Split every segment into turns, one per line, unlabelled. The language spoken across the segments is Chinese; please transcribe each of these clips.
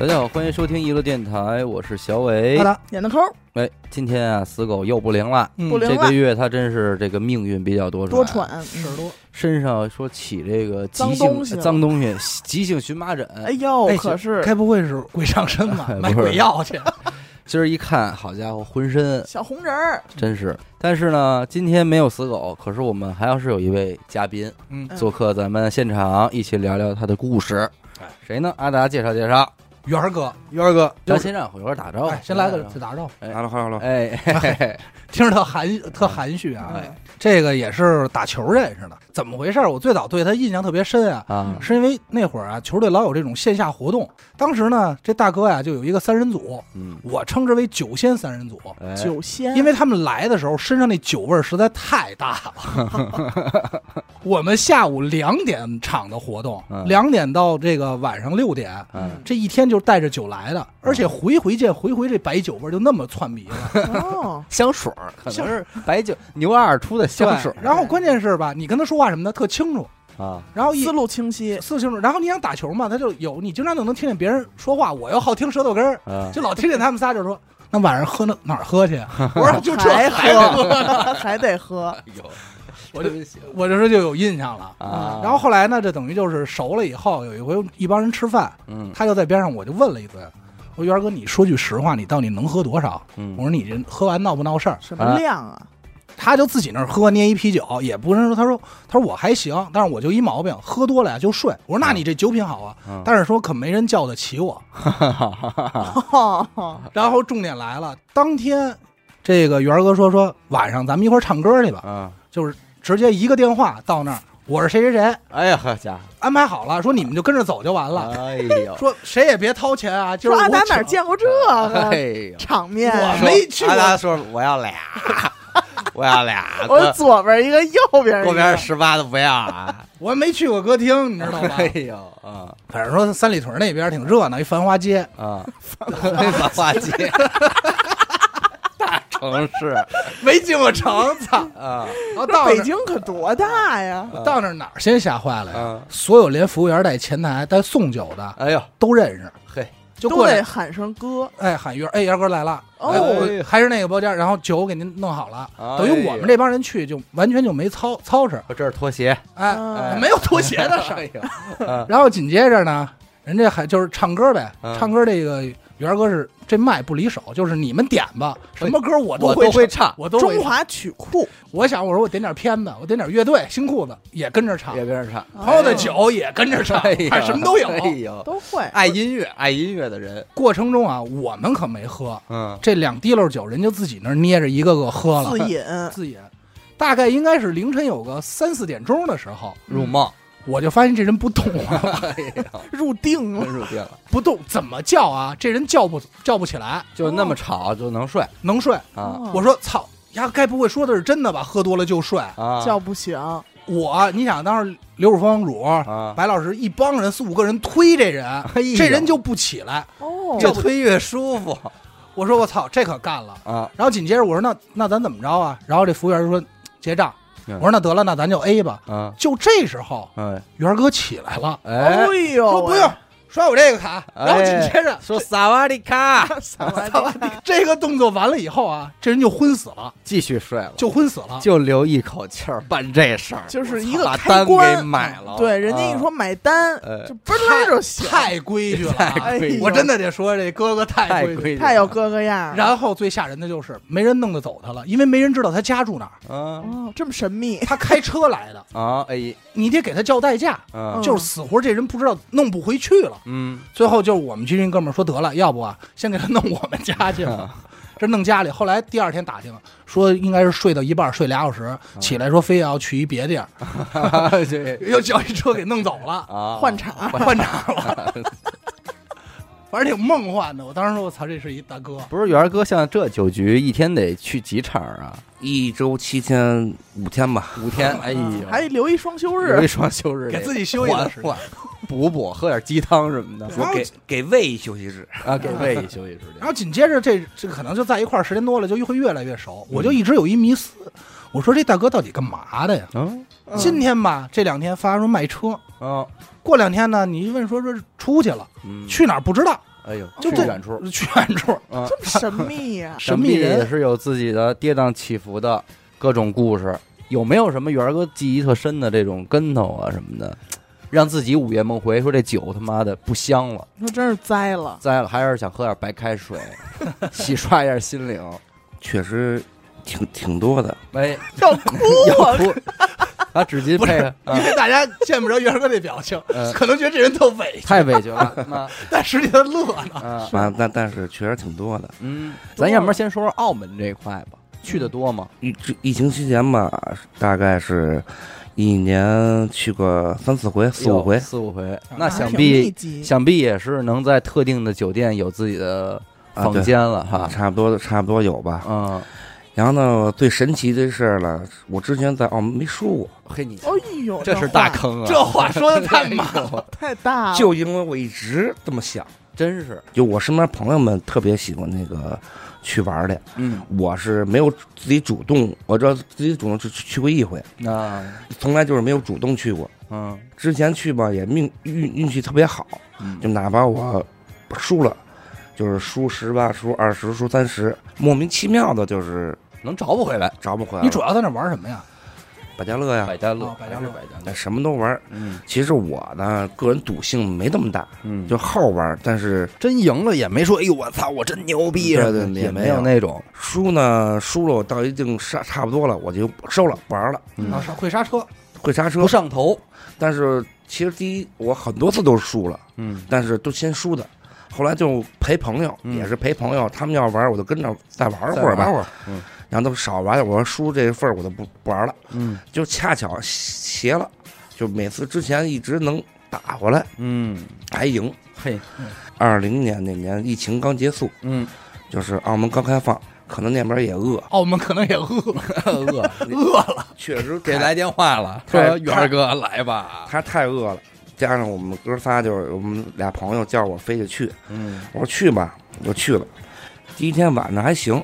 大家好，欢迎收听娱乐电台，我是小伟
好。的，嗯
点的抠，
哎，今天啊，死狗又不灵了。
不灵
这
了
个月他真是这个命运比较多舛，
多喘，嗯
耳朵，
身上说起这个急
脏
性
东西了
脏东西急性荨麻疹。
哎呦
哎，
可是
该不会是鬼上身吧
哎？
买
不是
鬼药去？
今儿一看，好家伙，浑身
小红人儿，
真是。但是呢，今天没有死狗，可是我们还要是有一位嘉宾
嗯，
做客咱们现场，一起聊聊他的故事。
哎
谁呢？阿达介绍介绍。
元儿哥，
元儿哥，
就
咱
是
先让火儿打招呼
哎，，先来个
打
自
招
打招呼，
哎
h e l l o h e l l o
哎，嘿嘿 嘿
听着特含特含蓄啊。
哎
这个也是打球认识的，怎么回事儿？我最早对他印象特别深啊，
啊，
是因为那会儿啊，球队老有这种线下活动，当时呢，这大哥呀、就有一个三人组，
嗯，
我称之为酒仙三人组。
哎
酒仙，
因为他们来的时候身上那酒味儿实在太大了。我们下午两点场的活动，
嗯
两点到这个晚上六点，
嗯，
这一天就是带着酒来
啊
的，而且回回见回回这白酒味儿就那么窜鼻了。
哦，
香水儿 可能
像
是 白酒牛二出的 香水
对然后关键是吧，你跟他说话什么的特清楚，
儿啊，
然后 一
思。路清晰，
四清楚，然后你想打球嘛，他就有你经常就能听见别人说话，我又好听舌头根儿，
啊，
就老听见他们仨就说，那晚上喝那哪儿喝去？ 啊 我说就这
还
还喝，
喝，还得喝，
有
我就我就说就有印象了。
啊，
然后后来呢，这等于就是熟了以后，有一回一帮人吃饭，
嗯
他就在边上，我就问了一嘴，我说元儿哥，你说句实话，你到底能喝多少？我
嗯，
说你这喝完闹不闹事儿？
什么量啊？
他就自己那儿喝，捏一啤酒，也不是说他说他说我还行，但是我就一毛病，喝多了呀就睡。我说那你这酒品好啊，
嗯
但是说可没人叫得起我。
哦，
然后重点来了，当天这个元儿哥说说晚上咱们一块儿唱歌去
嗯
吧，
啊，
就是直接一个电话到那儿，我是谁谁谁，
哎呀，好家伙，
安排好了，说你们就跟着走就完了。
哎呦，
说谁也别掏钱啊，就是
嗯说
我
阿达哪
请
儿见过这个
哎呦
场面啊？
我呃没去过
阿达说我要俩， 我要俩，
我
过
左边一个，右边一
过
哎
边
个，
十八的不要啊，
我没去过歌厅，你知 道吧？
哎呦啊
反正说三里屯那边挺热闹，一繁华街，
啊，繁花 街，大城市
没进过城，操！
啊
然后
这
到
北
那
京可多大呀！
儿到那儿哪儿先吓坏了呀？
啊，
所有连服务员带前台带送酒的
哎呦
都认识，
嘿，
就
都
过
得
来，
喊声哥，
哎，喊元儿，哎，元儿哥来了，
哦
哎我还是那个包间，然后酒给您弄好了，
哎
等于我们这帮人去就完全就没操操持，
我这是拖鞋，
哎，
嗯
没有脱鞋的事儿。
啊哎呦，啊
然后紧接着呢，人家还就是唱歌呗，
嗯
唱歌这个元儿哥是这麦不离手，就是你们点吧，什么歌我都
我
会
都
唱，
会唱，
我都会
中
唱。
华曲库，
我想我说我点点片子，我点点乐队，新裤子也跟着唱，
也跟着唱，
朋友的
哎
酒也跟着啊唱，
哎呀
反正什么都有。
哎呦，
都会，
爱音乐爱音乐的人，
过程中啊，我们可没喝，
嗯
这两滴漏酒人就自己那儿捏着一个个喝了
自，饮，
自己。大概应该是凌晨有个三四点钟的时候，
入梦，
我就发现这人不动了，
哎呦，
入定了，
真入定了，
不动怎么叫啊？这人叫不叫不起来，
就那么吵就能睡
能睡。
啊
哦嗯
我说操，呀，该不会说的是真的吧？喝多了就睡。
啊
叫不醒，
我，你想当时刘汝峰、汝、
啊，
白老师一帮人四五个人推这人，
呦
这人就不起来。
哦，
越推越舒服
我说我操，这可干了。
啊，
然后紧接着我说那那咱怎么着啊？然后这服务员就说结账。
嗯
我说那得了，那咱就 A 吧。
啊，
就这时候，
哎
元儿哥起来了，
哎
哎，呦喂，
说不用刷我这个卡。
哎
然后紧接着
说萨瓦迪卡，
萨瓦迪卡，
这个动作完了以后啊，这人就昏死了，
继续睡了，
就昏死了。
就留一口气儿办这事儿，
就是一
我
个
操把
开
单
关嗯
给买了，
对，人家
啊
一说买单
哎，
就嘣儿就醒，
太规矩了啊，
太
规矩了
我真的得说这哥哥太
太
规矩了。
规矩了，
太有哥哥样儿了。
然后最吓人的就是没人弄得走他了，因为没人知道他家住哪
啊
儿。
哦，这么神秘，
他开车来的，
啊，哎，
你得给他叫代驾，
嗯
就是死活这人不知道弄不回去了。
嗯
最后就是我们军人哥们儿说得了，要不啊，先给他弄我们家去吧。这弄家里，后来第二天打听了，说应该是睡到一半儿，睡俩小时，起来说非要去一别地儿，
对
又叫一车给弄走了，
啊，
换场，
换场了。反正挺梦幻的，我当时说，我操，这是一大哥，
不是元儿哥，像这酒局一天得去几场啊？
一周七天五天吧，
五天，哎呦，
嗯
还得留一双休
有一
日，
双休日
给自
己
己休息
缓
的时间
缓，补补，喝点鸡汤什么的
对
我给给胃休息日，
啊，给胃休息时
然
间。
后紧接着这这可能就在一块儿时间多了，就会越来越熟。我就一直有一迷思，我说这大哥到底干嘛的呀？
嗯
嗯
今天吧，这两天发说卖车，
哦
过两天呢，你一问说说是出去了，
嗯，
去哪儿不知道。
哎呦，
就
去
这
远处，
去远处，
啊，
这么神秘 啊呀、
神秘人
也是有自己的跌宕起伏的各种故事。有没有什么元儿哥记忆特深的这种跟头啊什么的，让自己午夜梦回，说这酒他妈的不香了，
那真是栽了。
栽了，还是想喝点白开水，洗刷一下心灵。
确实挺挺多的。
哎，
要哭
要
啊！
哭，拿纸巾
不是
配上，啊
因为大家见不着元儿哥那表情，
嗯
可能觉得这人特委屈，
太委屈了。妈
但实际他乐呢。
啊，
啊，但但是确实挺多的。
嗯，咱要不然先说说澳门这一块吧，去的多吗？
疫这疫情期间吧，大概是一年去过三四回、四五回
有。四五回，
那
那想
啊挺密
必
集
想必也是能在特定的酒店有自己的
啊
房
对
间了哈。
差不多，差不多有吧。
嗯，
然后呢，最神奇的事儿了，我之前在澳门没说过，
嘿你，
哎呦，
这是
话
大，坑啊！
哦这话说的太嗯满了，
太
哦
大了。
就因为我一直这么想。
真是，
就我身边朋友们特别喜欢那个去玩儿的，
嗯，
我是没有自己主动，我知道自己主动去去过一回，
那
从来就是没有主动去过。
嗯
之前去吧也命运运气特别好，
嗯
就哪怕我输了，就是输十吧，输二十，输三十，莫名其妙的就是
能找不回来。
找不回来了。
你主要在那玩什么呀？
百家乐呀，
家
哦百家
还是
乐
百家
哎，什么都玩儿。
嗯
其实我呢，个人赌性没那么大，
嗯，
就好玩儿。但是
真赢了也没说，哎呦我操，我真牛逼
对
什么
对
的，
也
也
没
没有
有
那种，
输呢，输了我到一定差差不多了，我就收了，不玩儿了，
嗯
啊，会刹车，
会刹车
不。上头。
但是其实第一，我很多次都输了，
嗯
但是都先输的。后来就陪朋友，
嗯
也是陪朋友，他们要玩儿，我就跟着再玩儿
再
会儿吧
玩。会儿。嗯
然后他们少玩点，我说输这份儿我就不不玩了，
嗯
就恰巧斜了，就每次之前一直能打回来
嗯，
还赢。
嘿，
二零年那年疫情刚结束，
嗯，
就是澳门刚开放，可能那边也饿，
澳门哦可能也饿，
饿，
饿了，
确实
给
太
来电话 了，
太
说元儿哥来吧。
他太饿了，加上我们哥仨就是我们俩朋友叫我非得去，
嗯
我说去吧，我就去了。第一天晚上还行，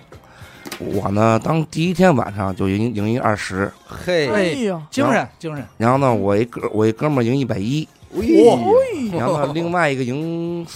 我呢当第一天晚上就赢赢一二十，
嘿，
哎呦，
精神精神，
然后呢我一哥我一哥们儿赢一百一，
哎
然后呢，另外一个赢，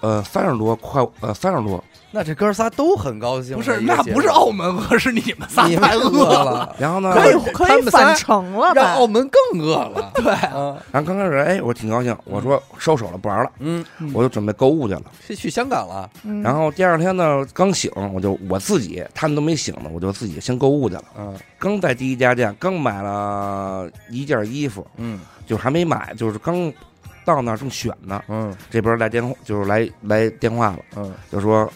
呃，三十多，快呃三十多。
那这哥仨都很高兴，
不是，那不是，澳门饿，是你们仨
你
太
们
饿了。
了，
然后呢，
可
哎
以
呦
然
可
他
以
们仨
返程了
让
吧
澳？门更饿了。对，
后刚开始，哎，我挺高兴，我说收手了，不玩了，
嗯，
我就准备购物去了。
是去香港了。
嗯
然后第二天呢，刚醒，我就我自己，他们都没醒呢，我就自己先购物去了。
嗯
刚在第一家店，刚买了一件衣服，
嗯
就还没买，就是刚到那儿正选呢，
嗯
这边来电话，就是来来电话了，
嗯，
就说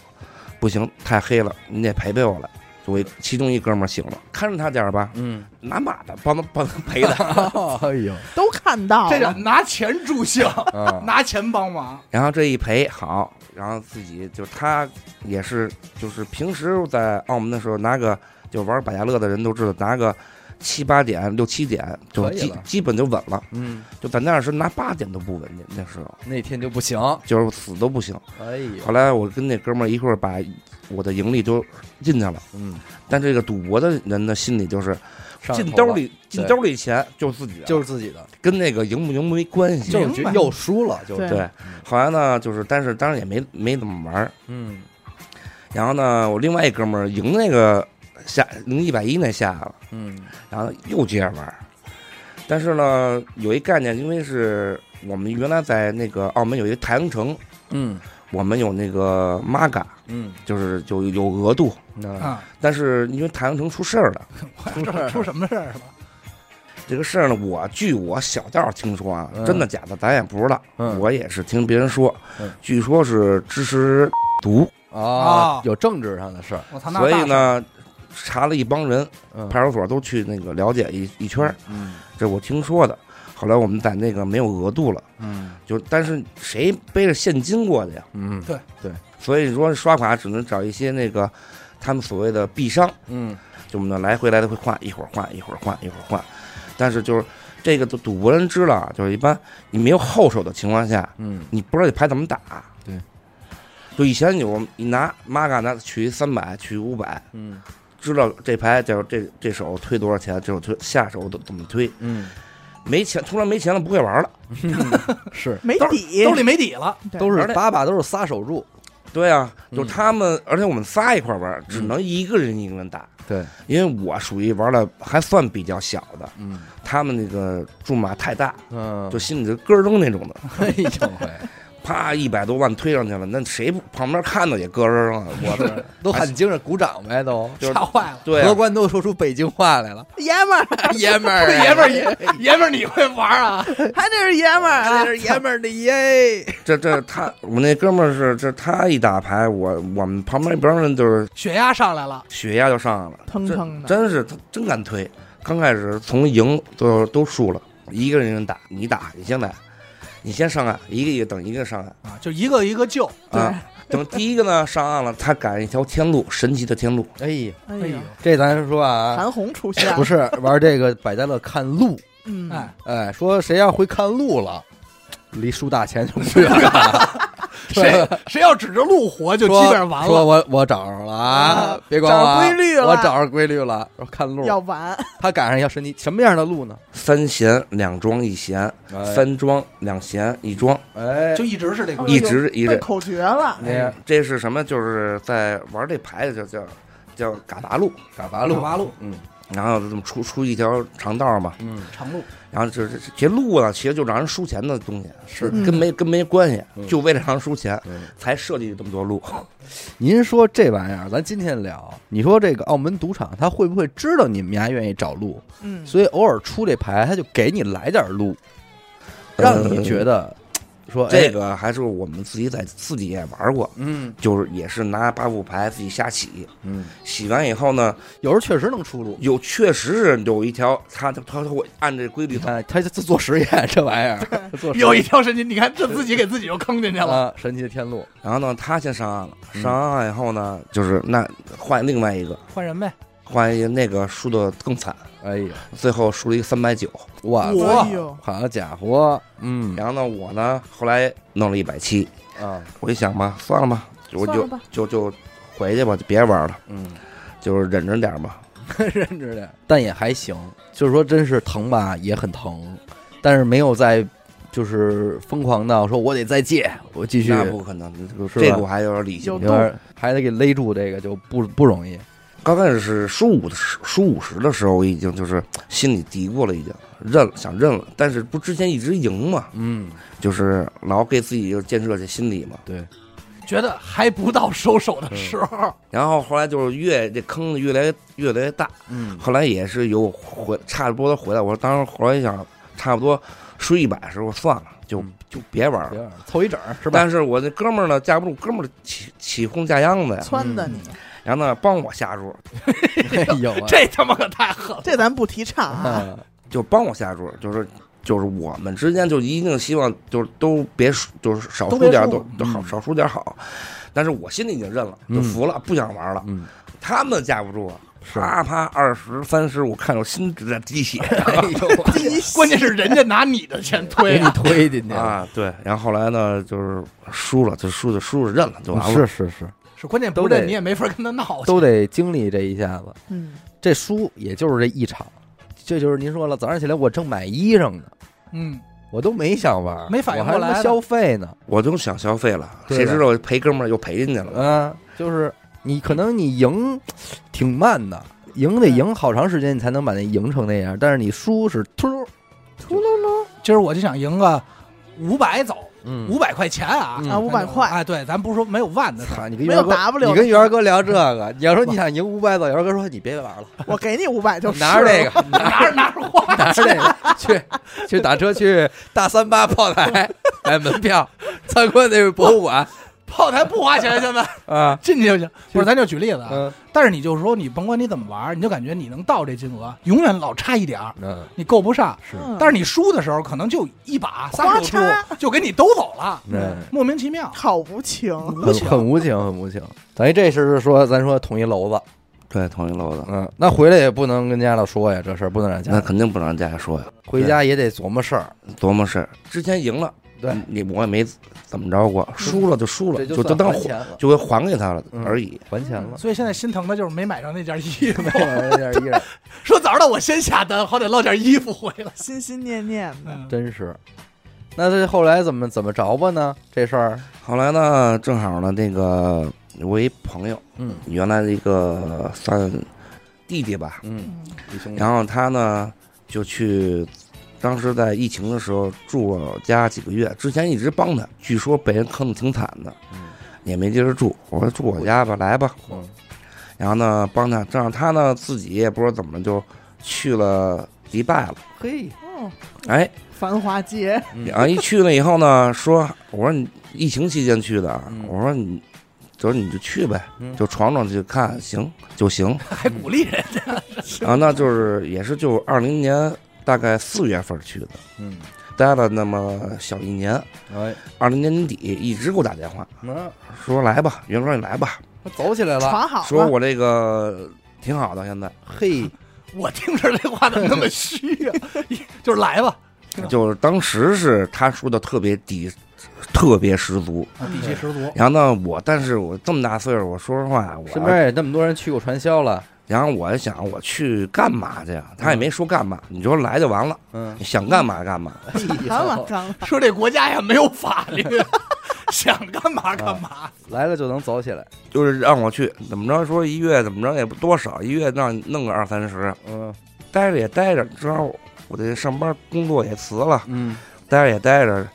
不行，太黑了，你得陪陪我了。就我一其中一哥们儿醒了，看着他点儿吧，
嗯，
拿马的帮他帮他陪的。
哎呦，
都看到
这叫
了，
拿钱助兴，
啊，
拿钱帮忙。
然后这一陪好，然后自己就他也是就是平时在澳门的时候拿个就玩百家乐的人都知道拿个七八点六七点就
可以
基
了
基本就稳了，
嗯，
就在那儿是拿八点都不稳的那时候
那天就不行。
就是死都不行。
哎呦，
后来我跟那哥们儿一块儿把我的盈利都进去了，
嗯，
但这个赌博的人的心里就是
上
进
头了
兜里进兜里钱就是自己的，
就是自己的，
跟那个赢不赢没关系。
就是觉嗯
明白
又输了，就
对
对，后来呢就是但是当然也没没怎么玩儿。
嗯
然后呢，我另外一哥们儿赢那个下赢一百一那下了，
嗯
然后又接着玩儿。但是呢，有一概念，因为是我们原来在那个澳门有一个太阳城，
嗯
我们有那个 MAGA，
嗯，
就是有有额度。
那
啊，
但是因为太阳城出事儿了，
出事儿了
嗯出什么事儿了？
这个事儿呢，我据我小道听说啊
嗯，
真的假的咱也不知道，
嗯
我也是听别人说
嗯，
据说是支持毒，
啊
啊，
有政治上的事儿，
我操，那
所以
大事儿，
呢，查了一帮人，
嗯，
派出所都去那个了解一一圈儿。
嗯
这我听说的。后来我们在那个没有额度了，
嗯
就但是谁背着现金过去呀？啊
嗯
所以说刷卡只能找一些那个他们所谓的币商，
嗯
就我们来回来回换，一会儿换，一会儿换，一会儿换。但是就是这个赌赌博人知道啊，就是一般你没有后手的情况下，
嗯
你不知道你牌怎么打。
对，
就以前有你拿玛嘎拿取三百取五百，
嗯
知道这牌就是这这手推多少钱，这手推下手怎么推。
嗯
没钱，突然没钱了，不会玩了。
是
没
兜
底，
兜里没底了，
对
都是
而且
把把都是仨守住，
对啊，
嗯
就他们，而且我们仨一块玩，只能一个人一个人打。
对，
因为我属于玩的还算比较小的，
嗯
他们那个注码太大，
嗯
就心里就咯噔那种的，
哎呦喂，
啪一百多万推上去了，那谁不旁边看到也咯噔了？ 我这
都喊精神鼓掌呗，都
就是
吓坏了。
对啊
荷官都说出北京话来了，
爷们儿，
爷们儿，
爷们儿，啊
哎
爷爷们儿，你会玩啊？
还得是爷们儿啊
这！是爷们儿的耶，
这这他，我那哥们儿是这他一打牌，我我们旁边一帮人就是
血压上来了，
血压就上来了，
腾
嗯
腾的
真真是他真敢推。刚开始从赢都都输了，一个人一个人打，你打你先来，你先上岸，一个一个等一个上岸
啊，就一个一个救。
对
啊。等第一个呢上岸了，他赶上一条天路，神奇的天路，
哎呀，
哎
哎呦
呦，，
这咱说啊，
韩红出现了，
不是玩这个百家乐看路，
嗯，
哎，
哎，说谁要会看路了，离输大钱就不远了。
谁谁要指着路活，就
说
基本上完
说
了。
我我找着了啊
啊，
别管我啊
找着规律了
我找着规律了。说看路，
要完，
他赶上要神奇，什么样的路呢？
三弦两庄一弦，三庄两弦一庄，
哎
就，一直是这个
哎，呦
一直一
被
直。
口诀了，
那
哎这是什么？就是在玩这牌的叫叫叫嘎达路，
嘎巴路，
马路
然后这么出出一条长道嘛，
嗯，
长路，
然后就是这路呢，其实就让人输钱的东西，
是
嗯
跟没跟没关系，
嗯
就为了让人输钱
嗯
才设计这么多路。
您说这玩意儿，咱今天聊，你说这个澳门赌场，他会不会知道你们家愿意找路，
嗯，
所以偶尔出这牌，他就给你来点路，让你觉得说哎
呃这
个，
个还是我们自己在自己也玩过，
嗯
就是也是拿八副牌自己瞎洗，
嗯，
洗完以后呢，
有时候确实能出路。
有确实是有一条，他他他会按这规律
你
走。
看，他他做实验这玩意儿，做实验
有一条神经，你看这自己给自己就坑进去了。
啊，神奇的天路，
然后呢，他先上岸了，
嗯
上岸以后呢，就是那换另外一个，
换人呗，
换一个那个输的更惨，
哎呀，
最后输了一个三百九。
哇塞，
哇
哎呦，
好家伙，嗯
然后呢，我呢后来弄了一百七，
啊，
我一想吧，算了吧，我
算了
就
吧
就就回去吧，就别玩了，
嗯，
就是忍着点儿吧。
认真的，但也还行，就是说真是疼吧，也很疼，但是没有在就是疯狂到说我得再借，我继续，
那不可能，
是
这个
吧
我还有点理性
有
有。
点儿还得给勒住这个就不不容易，
刚开始是输五十输五十的时候，我已经就是心里嘀咕了，已经认了，想认了。但是不之前一直赢嘛，
嗯，
就是老给自己就建设这心理嘛。
对，
觉得还不到收手
嗯
的时候，
然后后来就是越这坑越来越越来越大，
嗯
后来也是有回差不多回来，我说当时后来一想，差不多输一百的时候算了，就
嗯
就别玩了。
别玩了凑一整儿是吧？
但是我那哥们儿呢，架不住哥们儿起起哄架秧子呀，
撺的你，
然后呢帮我下注，
哎呦啊，
这他妈可太狠了。
这咱不提倡啊，
啊
就帮我下注，就是就是我们之间就一定希望就是都别输，就是少输点儿
都别
都都好
嗯
少输点儿好，但是我心里已经认了，就
嗯
服了，不想玩了。
嗯，
他们架不住啊，
是，
啪啪二十三十，我看着心直在滴血
哎呦啊，
第一
关键是人家拿你的钱推
给
啊
你，推进去了，
啊。对，然后后来呢，就是输了就输就输了，认了就完了。
嗯是是是，
是关键
都
不
得
认你也没法跟他闹去。
都得经历这一下子。
嗯，
这输也就是这一场，这就是您说了，早上起来我正买衣裳呢，
嗯，
我都没想玩儿，
没反应
我还
过来
他妈
呢
消费呢，
我都想消费了，
对
谁
的
知道陪哥们儿又陪进去了。
嗯，就是你可能你赢挺慢的，赢得赢好长时间，你才能把那赢成那样，但是你输是突噜，
秃噜噜，
今儿我就想赢个五百走，
嗯
五百块钱啊
嗯
啊500块
哎，对，咱不是说没有万 的事儿，
操，你跟
没
元
有
儿哥，
W
你跟元儿哥聊这个，你要说你想赢五百走，元儿哥说你别玩了，
嗯我给你五百就 是
拿着这
个，
个，
拿着拿着花，
拿着这个去去打车去大三巴炮台 买门票，参观那个博物馆
炮台不花钱，现在
啊，
进去就行。不是，咱就举例子啊。
嗯
但是你就是说，你甭管你怎么玩儿，你就感觉你能到这金额，永远老差一点儿，
嗯
你够不上。
是
嗯
但是你输的时候，可能就一把
花
三手
叉
猪就给你兜走了，
嗯。
莫名其妙，
好无情，
无
很
情。
很无情，很无情。等于这事是说，咱说捅一娄子，
对，同一楼的，
嗯，那回来也不能跟家长说呀，这事儿不能让家
那
长，
肯定不能让家里说呀，
回家也得琢磨事儿，
琢磨事儿。之前赢了，
对嗯
嗯你我也没怎么着过，输了就输了，
这
就
算
就当
还
还
钱了，
就会还给他了
嗯
而已。
还钱 了。
所以现在心疼的就是没买上那件衣服。
那件衣裳
说早知道我先下单，好歹落件衣服回来。
心心念念的，
嗯，
真是。那这后来怎么怎么着吧呢？这事儿，
后来呢，正好呢，那个我一朋友，
嗯
原来的一个算弟弟吧，
嗯，
嗯
弟兄
然后他呢就去，当时在疫情的时候住我家几个月，之前一直帮他，据说被人坑的挺惨的，
嗯
也没地儿住。我说住我家吧，来吧。
嗯
然后呢，帮他，正好他呢自己也不知道怎么就去了迪拜了。
嘿，
哦，
哎，
繁华街，
嗯
然后一去了以后呢，说我说你疫情期间去的啊
嗯，
我说你，就说你就去呗
嗯，
就闯闯去看，行就行。
还鼓励人，
然后那就是也是就二零年大概四月份去的。
嗯，
待了那么小一年，
哎，
二零年底一直给我打电话，
那
说来吧，袁哥你来吧，
那走起来了，
传好啊
说
了，
我这个挺好的，现在
嘿，
我听着这话怎么那么 虚啊？就是来吧，
就是当时是他说的特别底，特别十足。
啊底气十足。
然后呢，我但是我这么大岁数，我说实话，
身
我
边也那么多人去过传销了，
然后我想我去干嘛去啊？他也没说干嘛，你就说来就完了，
嗯
你，想干嘛干嘛。
干了干了，
说这国家呀没有法 律，想干嘛干嘛。
来了就能走起来，
就是让我去怎么着，说一月怎么着也不多少，一月让弄个二三十，
嗯
待着也待着，正好我这上班工作也辞了。
嗯
待着也待着，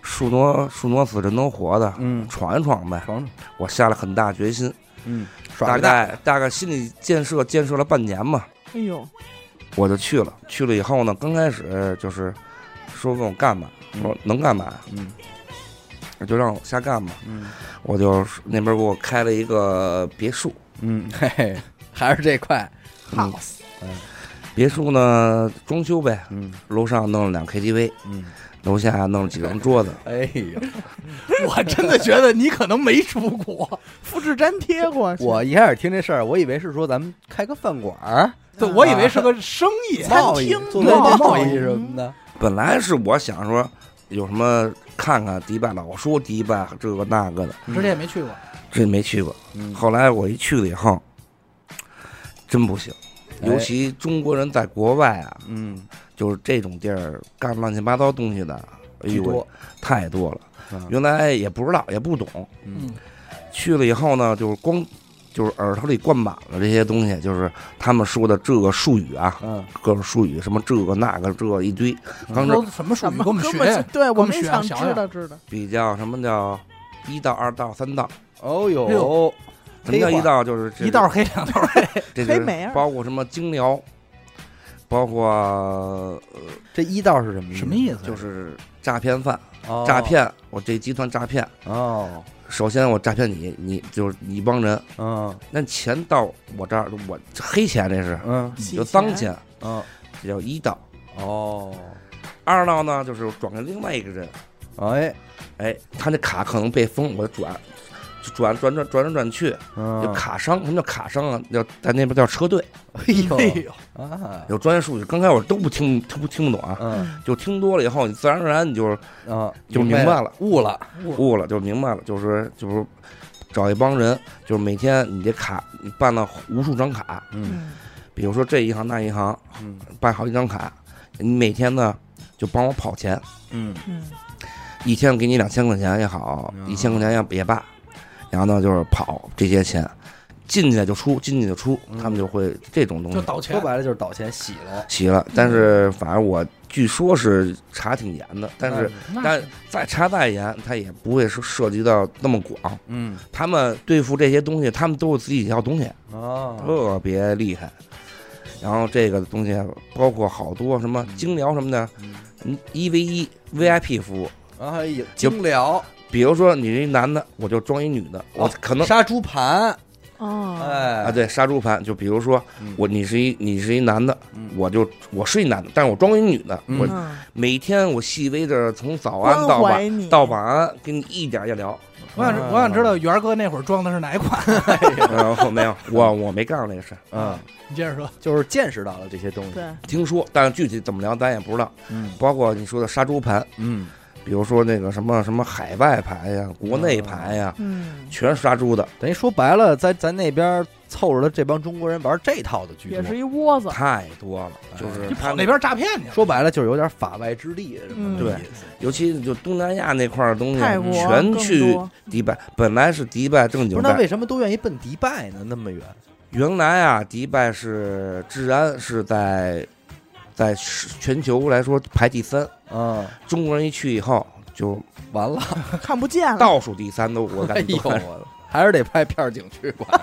树挪树挪死人挪活的，
嗯，
闯一闯呗。
闯闯，
我下了很大决心，
嗯，耍
大
个大，
概大概心理建设建设了半年吧，
哎呦，
我就去了。去了以后呢，刚开始就是说问我干嘛，
嗯
说能干嘛
嗯
就让我瞎干吧。
嗯
我就那边给我开了一个别墅，
嗯，嘿嘿，还是这块，
嗯
house
别墅呢装修呗，
嗯
楼上弄了两 KTV，
嗯，
楼下弄了几张桌子，
哎呦，
我真的觉得你可能没出 国，
复制粘贴过去，
我一开始听这事儿，我以为是说咱们开个饭馆儿，
对我以为是个生 意。
贸易
餐厅
做做
贸
贸
易
易什么的，
本来是我想说有什么看看迪拜，老说迪拜这个那个的，
之前也没去过，
这没去过。
嗯，
后来我一去了以后，真不行，
哎
尤其中国人在国外啊，
嗯，
就是这种地儿干乱七八糟东西的，哎
居
呦喂
多，，
太多了。
嗯
原来也不知道，也不懂，
嗯，
去了以后呢，就是光就是耳朵里灌满了这些东西，就是他们说的这个术语啊，
嗯，
各种术语，什么这个那个这一堆。刚
嗯，
是
都什么术
怎
语
么
给我们
根
学
本
呀
就？对我
们
们
学
想
想
知
想
道知道，
比较什么叫一道、二道、三道。
哦
哎
呦，
什么叫
黑话
一道？就是这个
一道黑两道 黑，
这就
黑莓
是
儿
包括什么精疗，包括
哎
呃
这一道是什么
什么意
思？
思？
就是诈骗犯，
哦
诈骗，我这集团诈骗。
哦，
首先我诈骗你，你就是一帮人，
嗯
那钱到我这儿，我黑钱这是，
嗯
洗
有脏
钱，
钱，
嗯，
这叫一道。
哦，
二道呢，就是转给另外一个人，
哎，
哎，他那卡可能被封，我转，就转转转转转转去，
嗯
就，卡商。什么叫卡商啊？叫在那边叫车队，
哎
哎
呦，
呦啊，
有专业术语。刚开始我都不听，都不听不懂啊，
嗯
就听多了以后，你自然而然你就是
啊，
就明白了，
悟了，
悟了，就明白了，就是就是找一帮人，就是每天你这卡你办了无数张卡，
嗯
嗯，
比如说这银行那银行
嗯
办好几张卡，你每天呢就帮我跑钱，
嗯
嗯，
一天给你两千块钱也好，
嗯
一千块钱也也罢，然后呢就是跑这些钱，进去就出，进去就出
嗯，
他们就会这种东
就
西
倒钱
说。白了就是倒钱洗了，
齐了。但是反正我据说是查挺严的，但是
那
但再查再严，他也不会说涉及到那么广。
嗯
他们对付这些东西，他们都有自己一套东西，
哦，
特别厉害。然后这个东西包括好多什么
嗯
精疗什么的，嗯，一 v 一 VIP 服务。
哎呀，精疗
比如说你是一男的，我就装一女的，我
哦
可能
杀猪盘，哎
哦，
嗯啊啊，，对杀猪盘。就比如说
嗯
我你是一你是一男的，
嗯
我就我是一男的，但是我装一女的，
嗯
我
嗯，
每天我细微的从早安
关
到晚
怀你，
到晚安，跟你一点儿 一聊。
我想知我想知道元儿哥那会儿装的是哪一款？
然后没有，我我没干过那个事儿，
嗯，
你接着说。
就是见识到了这些东西，
对，
听说，但是具体怎么聊咱也不知道。
嗯
包括你说的杀猪盘，
嗯
比比如说那个什么什么海外牌呀、国内牌呀，
嗯，
全是杀猪的，
等于说白了，在咱那边凑着的这帮中国人玩这套的居
也
多
是。一窝 子，
太多了。就是
你
他
跑那边诈骗去了，
说白了就是有点法外之地，什么
嗯
这
对
意思
尤其就东南亚那块儿的东西
泰国，
全
更
去
多
迪拜。本来是迪拜正
不
经
是那
拜，
为什么都愿意奔迪拜呢？那么远，
原来啊，迪拜是治安是在在全球来说排第三，
嗯，
中国人一去以后就
完了，
看不见了，
倒数第三都，我
哎
感觉
呦
都快
我，还是得派片儿警去管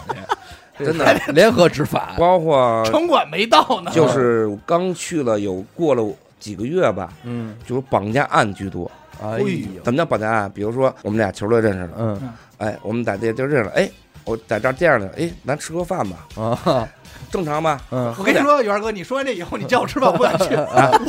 去，
真的
这联合执法，
包括
城管没到呢，
就是刚去了有过了几个月吧，
嗯，
就是绑架案居多。
哎呦，
怎么叫绑架啊案？比如说我们俩球队认识了，
嗯
哎，我们在这地儿认识了，哎，我在这儿见着了，哎，咱吃个饭吧，
啊，
正常吧？
嗯，
我跟你说，元儿哥，你说完这以后，你叫我吃饭，我不想 去。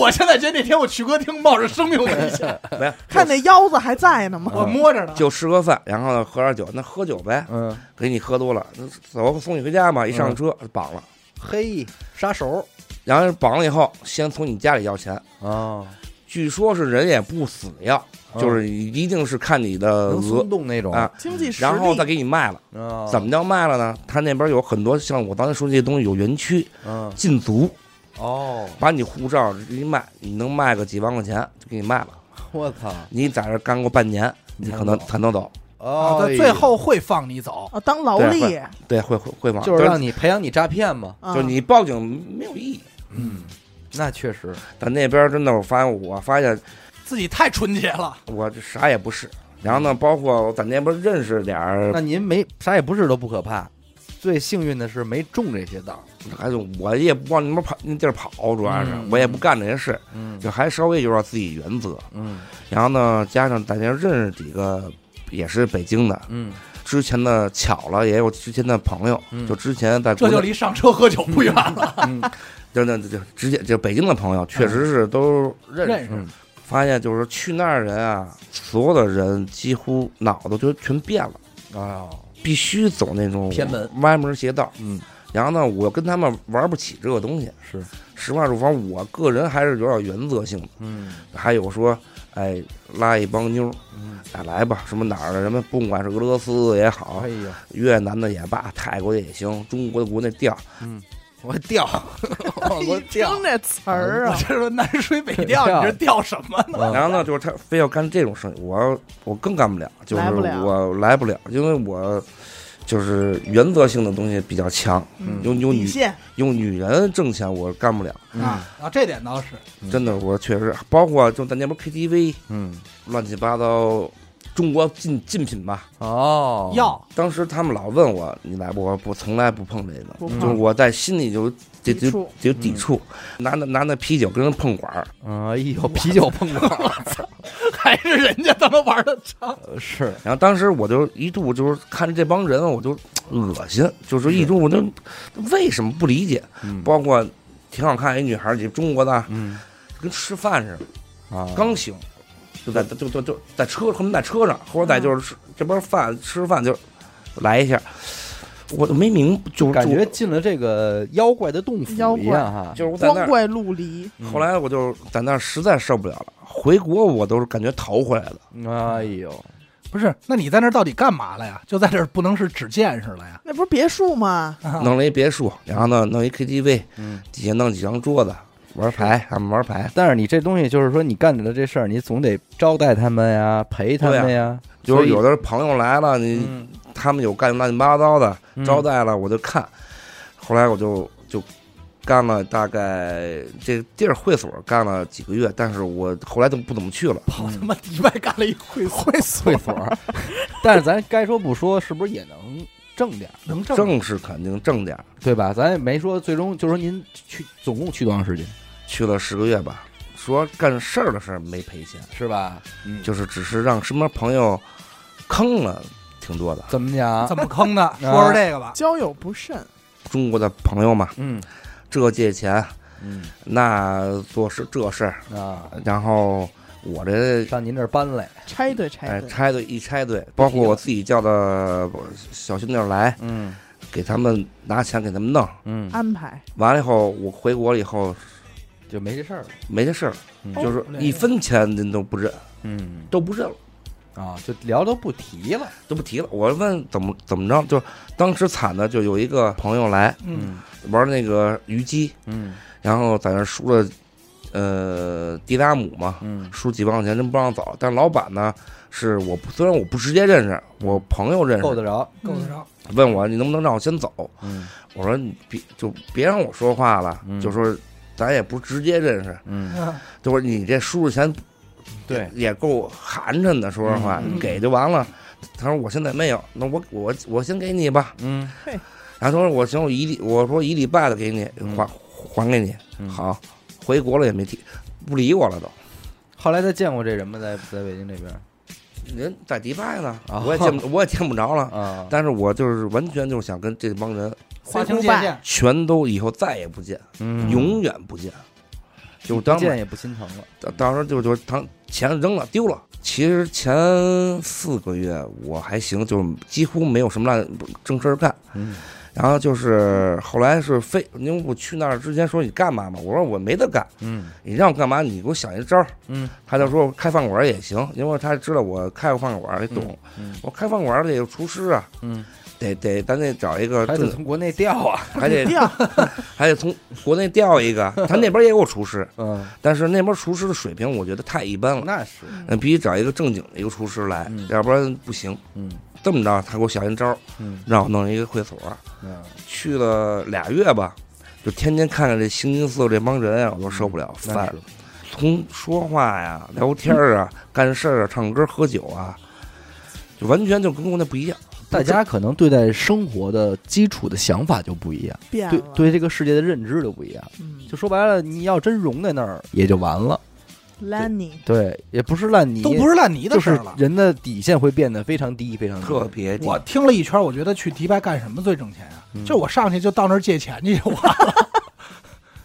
我现在觉得那天我去歌厅冒着生命危 险，
没有，
看那腰子还在呢
我
吗？
摸着呢。
就吃个饭，然后呢喝点酒，那喝酒呗，
嗯，
给你喝多了，那走，送你回家吧。一
嗯
上车绑了，
嘿，杀手
然后绑了以后，先从你家里要钱，
啊，
据说是人也不死要，
嗯
就是一定是看你的
能
额
松，动那种
啊
经济实力，嗯
然后再给你卖了。
啊，
怎么叫卖了呢？他那边有很多像我刚才说这些东西，有园区
嗯
禁足，
哦，
把你护照一卖，你能卖个几万块钱就给你卖了。
我操，
你在这儿干过半年，你可能才能走。
啊，
哦，
他最后会放你走，
啊当劳
对
力，
对，会会会吗？
就是
是
让你培养你诈骗嘛，
啊
就你报警没有意义。
那确实，
但那边真的，我发现我发现
自己太纯洁了。
我这啥也不是。然后呢，包括我在那边认识点儿，
那您没啥也不是都不可怕，最幸运的是没中这些道，
还是我也不往那边跑那地儿跑，主要是
嗯
我也不干这些事，
嗯
就还稍微有点自己原则。
嗯
然后呢，加上在那儿认识几个也是北京的，
嗯，
之前的巧了也有之前的朋友，
嗯
就之前在
这
国
就
内，
离上车喝酒不远了。
就那就直接就北京的朋友，确实是都认识。
认识
嗯
发现就是去那儿人啊，所有的人几乎脑子就全变了，
啊，
必须走那种
偏门、
歪门邪道。
嗯
然后呢，我跟他们玩不起这个东西。
是，
实话说，反正我个人还是有点原则性的。
嗯
还有说，哎，拉一帮妞儿，
嗯，
哎，来吧，什么哪儿的人们，不管是俄罗斯也好
哎，呀，
越南的也罢，泰国的也行，中国的国内调，
嗯我掉，
哎
我掉，
听这词儿
我
啊，
这说南水北调，你这调什么呢？
嗯
然后呢，就是他非要干这种生意，我我更干不了，就是
来不了
我来不了，因为我就是原则性的东西比较强，
嗯
用用
底
女
线
用女人挣钱我干不了，
嗯
啊啊，这点倒是
嗯
真的我确实，包括就在那边 KTV
嗯，
乱七八糟，中国禁禁品吧。
哦，
要
当时他们老问我你来不，我不从来不碰这个，
不
嗯
就是
碰，
我在心里就
抵
就就
触
就抵触，
嗯
拿那拿那啤酒跟人碰管儿，
哎呦，啤酒碰过，
还是人家他妈玩的长，
是，
然后当时我就一度就是看着这帮人，啊我就恶心，就是一度我就为什么不理解？
嗯
包括挺好看一女孩儿，就中国的，啊
嗯
跟吃饭似的，
啊，
刚醒就在就就就在车，可能在车上，或者在就是
嗯
吃这边饭吃饭就来一下，我都没明就
感觉
就
进了这个妖怪的洞府一样哈，
就是我在那
光
儿，
怪陆离，
嗯
后来我就在那儿实在受不了了，回国我都是感觉逃回来的。
哎呦，
不是？那你在那儿到底干嘛了呀？就在这儿不能是只见识了呀？
那不是别墅吗？
啊
啊
弄了一别墅，然后呢弄一 KTV，
嗯。
底下弄几张桌子玩牌，他们玩牌，
哎但是你这东西就是说，你干的这事儿，你总得招待他们呀，陪他们呀，
就
啊所
是
以
有的朋友来了，你、
嗯
他们有干乱七八糟的
嗯
招待了，我就看。后来我就就干了大概这地儿会所干了几个月，但是我后来都不怎么去了。
跑他妈迪拜干了一会会所
会所儿。 但是咱该说不说，是不是也能挣点儿，
能挣
正是肯定挣点儿，
对吧？咱也没说最终，就说您去总共去多长时间，
去了十个月吧。说干事儿的事儿没赔钱，
是吧？嗯，
就是只是让身边朋友坑了挺多的。
怎么讲？
啊怎么坑
啊
的？说说这个吧。
交友不慎，
中国的朋友嘛，
嗯
这借钱，
嗯
那做事这事儿，
啊，
然后我这
上您这儿搬来，
拆对拆
哎
对，
拆队一拆队，包括我自己叫的小兄弟儿来，
嗯
给他们拿钱给他们弄
嗯
安排
完了以后，我回国了以后，
就没这事儿了。
没这事儿，
嗯
就是一分钱您都不认，
嗯
都不认了，
啊，就聊都不提了。
都不提了。我问怎么怎么着，就当时惨的就有一个朋友来
嗯，
玩那个虞姬，
嗯
然后在那输了，呃，迪拉姆嘛，
嗯
输几万块钱真不让走。但老板呢，是我不虽然我不直接认识，我朋友认
够
识，
得着。
够得着，
问我你能不能让我先走？
嗯
我说你别就别让我说话了，
嗯
就说咱也不直接认识，
嗯，
嗯
就说你这输入钱
对，
也够寒碜的，说实话，
嗯嗯
给就完了。他说我现在没有，那我我我先给你吧。
嗯
然后他说我行，我一礼我说一礼拜的给你
嗯
还还给你。
嗯。
好，回国了也没提，不理我了都。
后来再见过这人吗？在在北京这边
人在迪拜呢
啊，
我也见不我也见不着了。
啊，
但是我就是完全就是想跟这帮人
划清界限，
全都以后再也不见，
嗯
永远不见。就
不
当
见也不心疼了。
到到时候就就当钱扔了丢了。其实前四个月我还行，就几乎没有什么烂正事儿干。
嗯
然后就是后来是非，因为我去那儿之前说你干嘛嘛，我说我没得干，
嗯
你让我干嘛你给我想一招儿。
嗯
他就说开饭馆儿也行，因为他知道我开过饭馆儿，也懂。
嗯
我开饭馆儿得有厨师啊，
嗯，
得得咱得找一个
还得
正，
从国内调啊。
还得
掉
还得从国内调一个。他那边也有厨师，
嗯，
但是那边厨师的水平我觉得太一般了。
那是。
那必须找一个正经的一个厨师来，
嗯
要不然不行。
嗯
这么着，他给我想一招儿，
嗯
让我弄一个会所，
嗯
去了俩月吧，就天天看看这形形色色这帮人啊，我都受不了，
嗯那
烦
是。
从说话呀、聊天儿啊、干事儿啊、唱歌、喝酒啊，就完全就跟国内不一样。
大家可能对待生活的基础的想法就不一样，
变
对
了，
对这个世界的认知就不一样。
嗯，
就说白了，你要真融在那儿也就完了。
Lenny
对，也不是烂泥，
都不是烂泥的
就
事
是
儿了。
人的底线会变得非常低，非常低。
特别低
我听了一圈，我觉得去迪拜干什么最挣钱啊
嗯？
就我上去就到那儿借钱去就完了，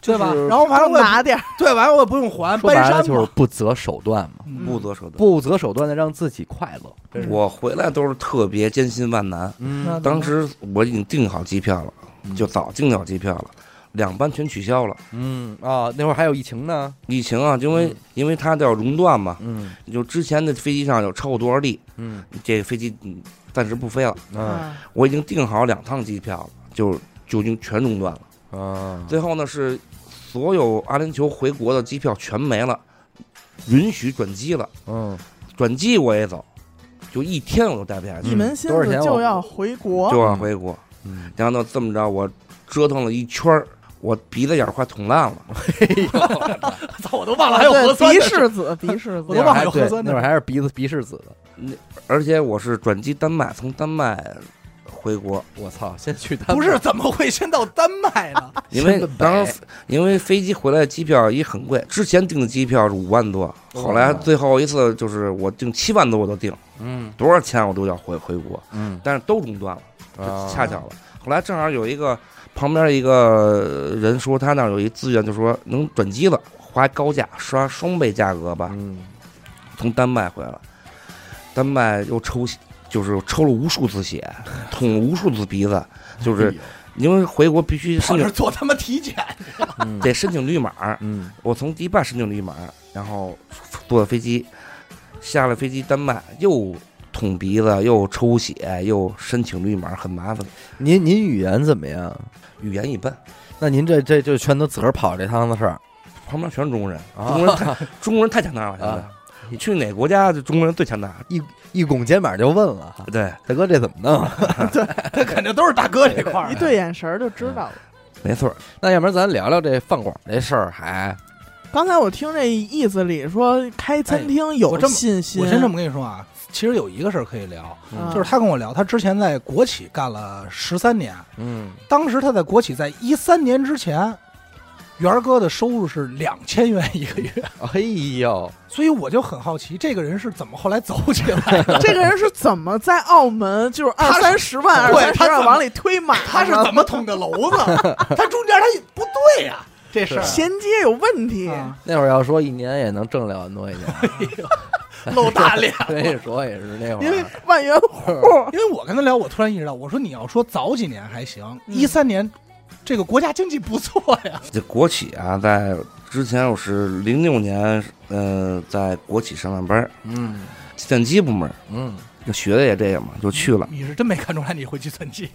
对吧
就是？
然后完了
多
我也
拿点儿，
不对，完了我也不用还，
说
搬
白了
山
就是
嘛
不择手段嘛，
嗯
不择手段。
不择手段的让自己快乐。
真是
我回来都是特别艰辛万难。
那
嗯
怎么
当时我已经订好机票了，就早订好机票了，两班全取消了。
嗯啊，那会儿还有疫情呢。
疫情啊，因为、
嗯
因为它叫熔断嘛，
嗯
就之前的飞机上有超过多少例，
嗯
这个飞机嗯暂时不飞了。
啊
啊
我已经订好两趟机票了，就就已经全中断了。
啊，
最后呢是所有阿联酋回国的机票全没了，允许转机了，
嗯
转机我也走，就一天我都待不下去，
一门心
多少
思
钱我
就要回国
就，要回国。
嗯，
然后呢这么着，我折腾了一圈儿，我鼻子眼儿快捅烂了。
哎
操，我都忘了还有核
对，
酸
鼻
呢
世子，鼻世
我
那会
子，
都
儿
忘了
还
有
对
核酸
那
呢
会儿还是鼻子鼻拭子的。
而且我是转机丹麦，从丹麦回国，
我操，先去他
不是怎么会先到丹麦 呢？
因为
真的
当时因为飞机回来的机票也很贵，之前订的机票是五万多，后来最后一次就是我订七万多我都订，
嗯
多少钱我都要回回国，
嗯
但是都中断了，就
啊
恰巧了。后来正好有一个旁边一个人说他那儿有一资源，就说能转机了，花高价刷双倍价格吧，
嗯
从丹麦回来了，丹麦又抽血就是抽了无数次血，捅了无数次鼻子，就是因为回国必须
我
申
这
请
做他妈体检，
嗯
得申请绿码，
嗯
我从迪拜申请绿码，然后坐飞机，下了飞机丹麦又捅鼻子，又抽血，又申请绿码，很麻烦。
您您语言怎么样？
语言一般，
那您这这就全都自个儿跑这趟子事儿
旁边全是中国人，中国
啊
人太、 中国人太强大了，现在、
啊！
去哪国家就中国人最强大。
一拱肩膀就问了哈，
对，
大哥这怎么弄啊？
他肯定都是大哥这块儿
一
的。
对眼神儿就知道了。
没错儿，
那要不然咱聊聊这饭馆这事儿，还
刚才我听这意思里说开餐厅有
哎我这么
信心，
我真这么跟你说啊，其实有一个事儿可以聊，
啊
就是他跟我聊，他之前在国企干了十三年，
嗯
当时他在国企在一三年之前，元儿哥的收入是两千元一个 月，
哎呦，
所以我就很好奇，这个人是怎么后来走起 来的？
这个人是怎么在澳门就是二
他是
三十万、二
对
三十
他怎
万
么
往里推满呢？
他是怎么捅的娄 子？他中间他不对呀、这事儿
衔接有问题？
啊
那会儿要说一年也能挣两万多块钱，
露大脸了。
所以说也是那会
因为
儿，
万元户
因为我跟他聊，我突然意识到，我说你要说早几年还行，
嗯
一三年这个国家经济不错呀，
这国企啊，在之前我是零六年，呃，在国企上完班儿，
嗯
计算机部门儿，
嗯，
就学的也这个嘛，就去了
你是真没看出来你会计算机，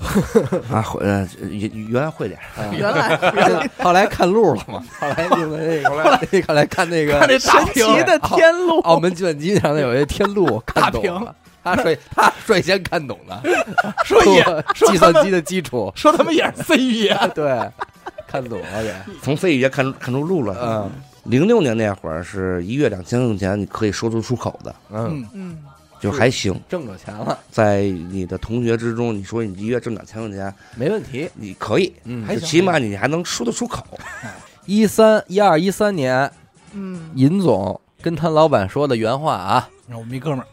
啊，会呃原原来会点 儿，
原来
后来看路了 嘛，后来因为那个，后来后来看那哦个
看这大
神奇
屏，
的天路，
澳门计算机上的有一天路看懂了，他率 他率先看懂的，
说也，
做 计算机的基础
说他们也是 C 语言，
对，看懂了也，
从非语言看出看出路了。
嗯
零六年那会儿是一月两千块钱，你可以说得出口的，
嗯，
嗯，
嗯，
就还行。
挣着钱了，
在你的同学之中，你说你一月挣两千块钱，
没问题，
你可以，
嗯
还
就
行
起码你还能说得出口。
一三一二一三年，
嗯，
尹总跟他老板说的原话啊，
我们一哥们儿，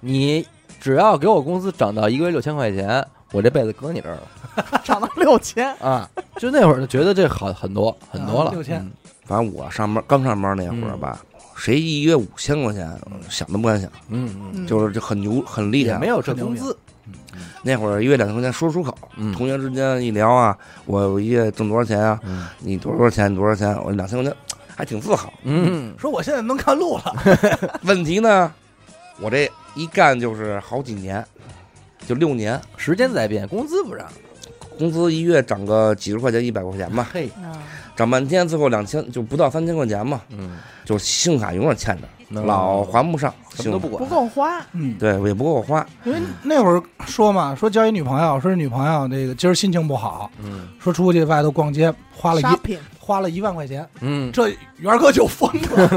你只要给我工资涨到一个月六千块钱，我这辈子搁你这儿了
涨到六千，
啊！就那会儿就觉得这好很多很多了，
啊6000
嗯
反正我上班刚上班那会儿吧，谁一月五千块钱，想都不敢想，
嗯嗯，
嗯
就是这很牛很厉
也
害。
没有这工资，
那会儿一月两千块钱说出口，
嗯
同学之间一聊啊，我一月挣多少钱啊？
嗯
你多少多少钱？你多少钱？我两千块钱，还挺自豪。
嗯，
说我现在能看路了，
问题呢，我这一干就是好几年，就六年，
时间在变，工资不让，
工资一月涨个几十块钱、一百块钱吧，
嘿，
啊
涨半天，最后两千就不到三千块钱嘛，
嗯，
就信用卡永远欠着，
能
老还不上，
嗯什么都不
信
管，
不够花，
嗯，
用卡，对，也不够花。
因为那会儿说嘛，说交一女朋友，说这女朋友这个今儿心情不好，
嗯
说出去外头逛街花了一
shopping
花了一万块钱，
嗯，
这元儿哥就疯了，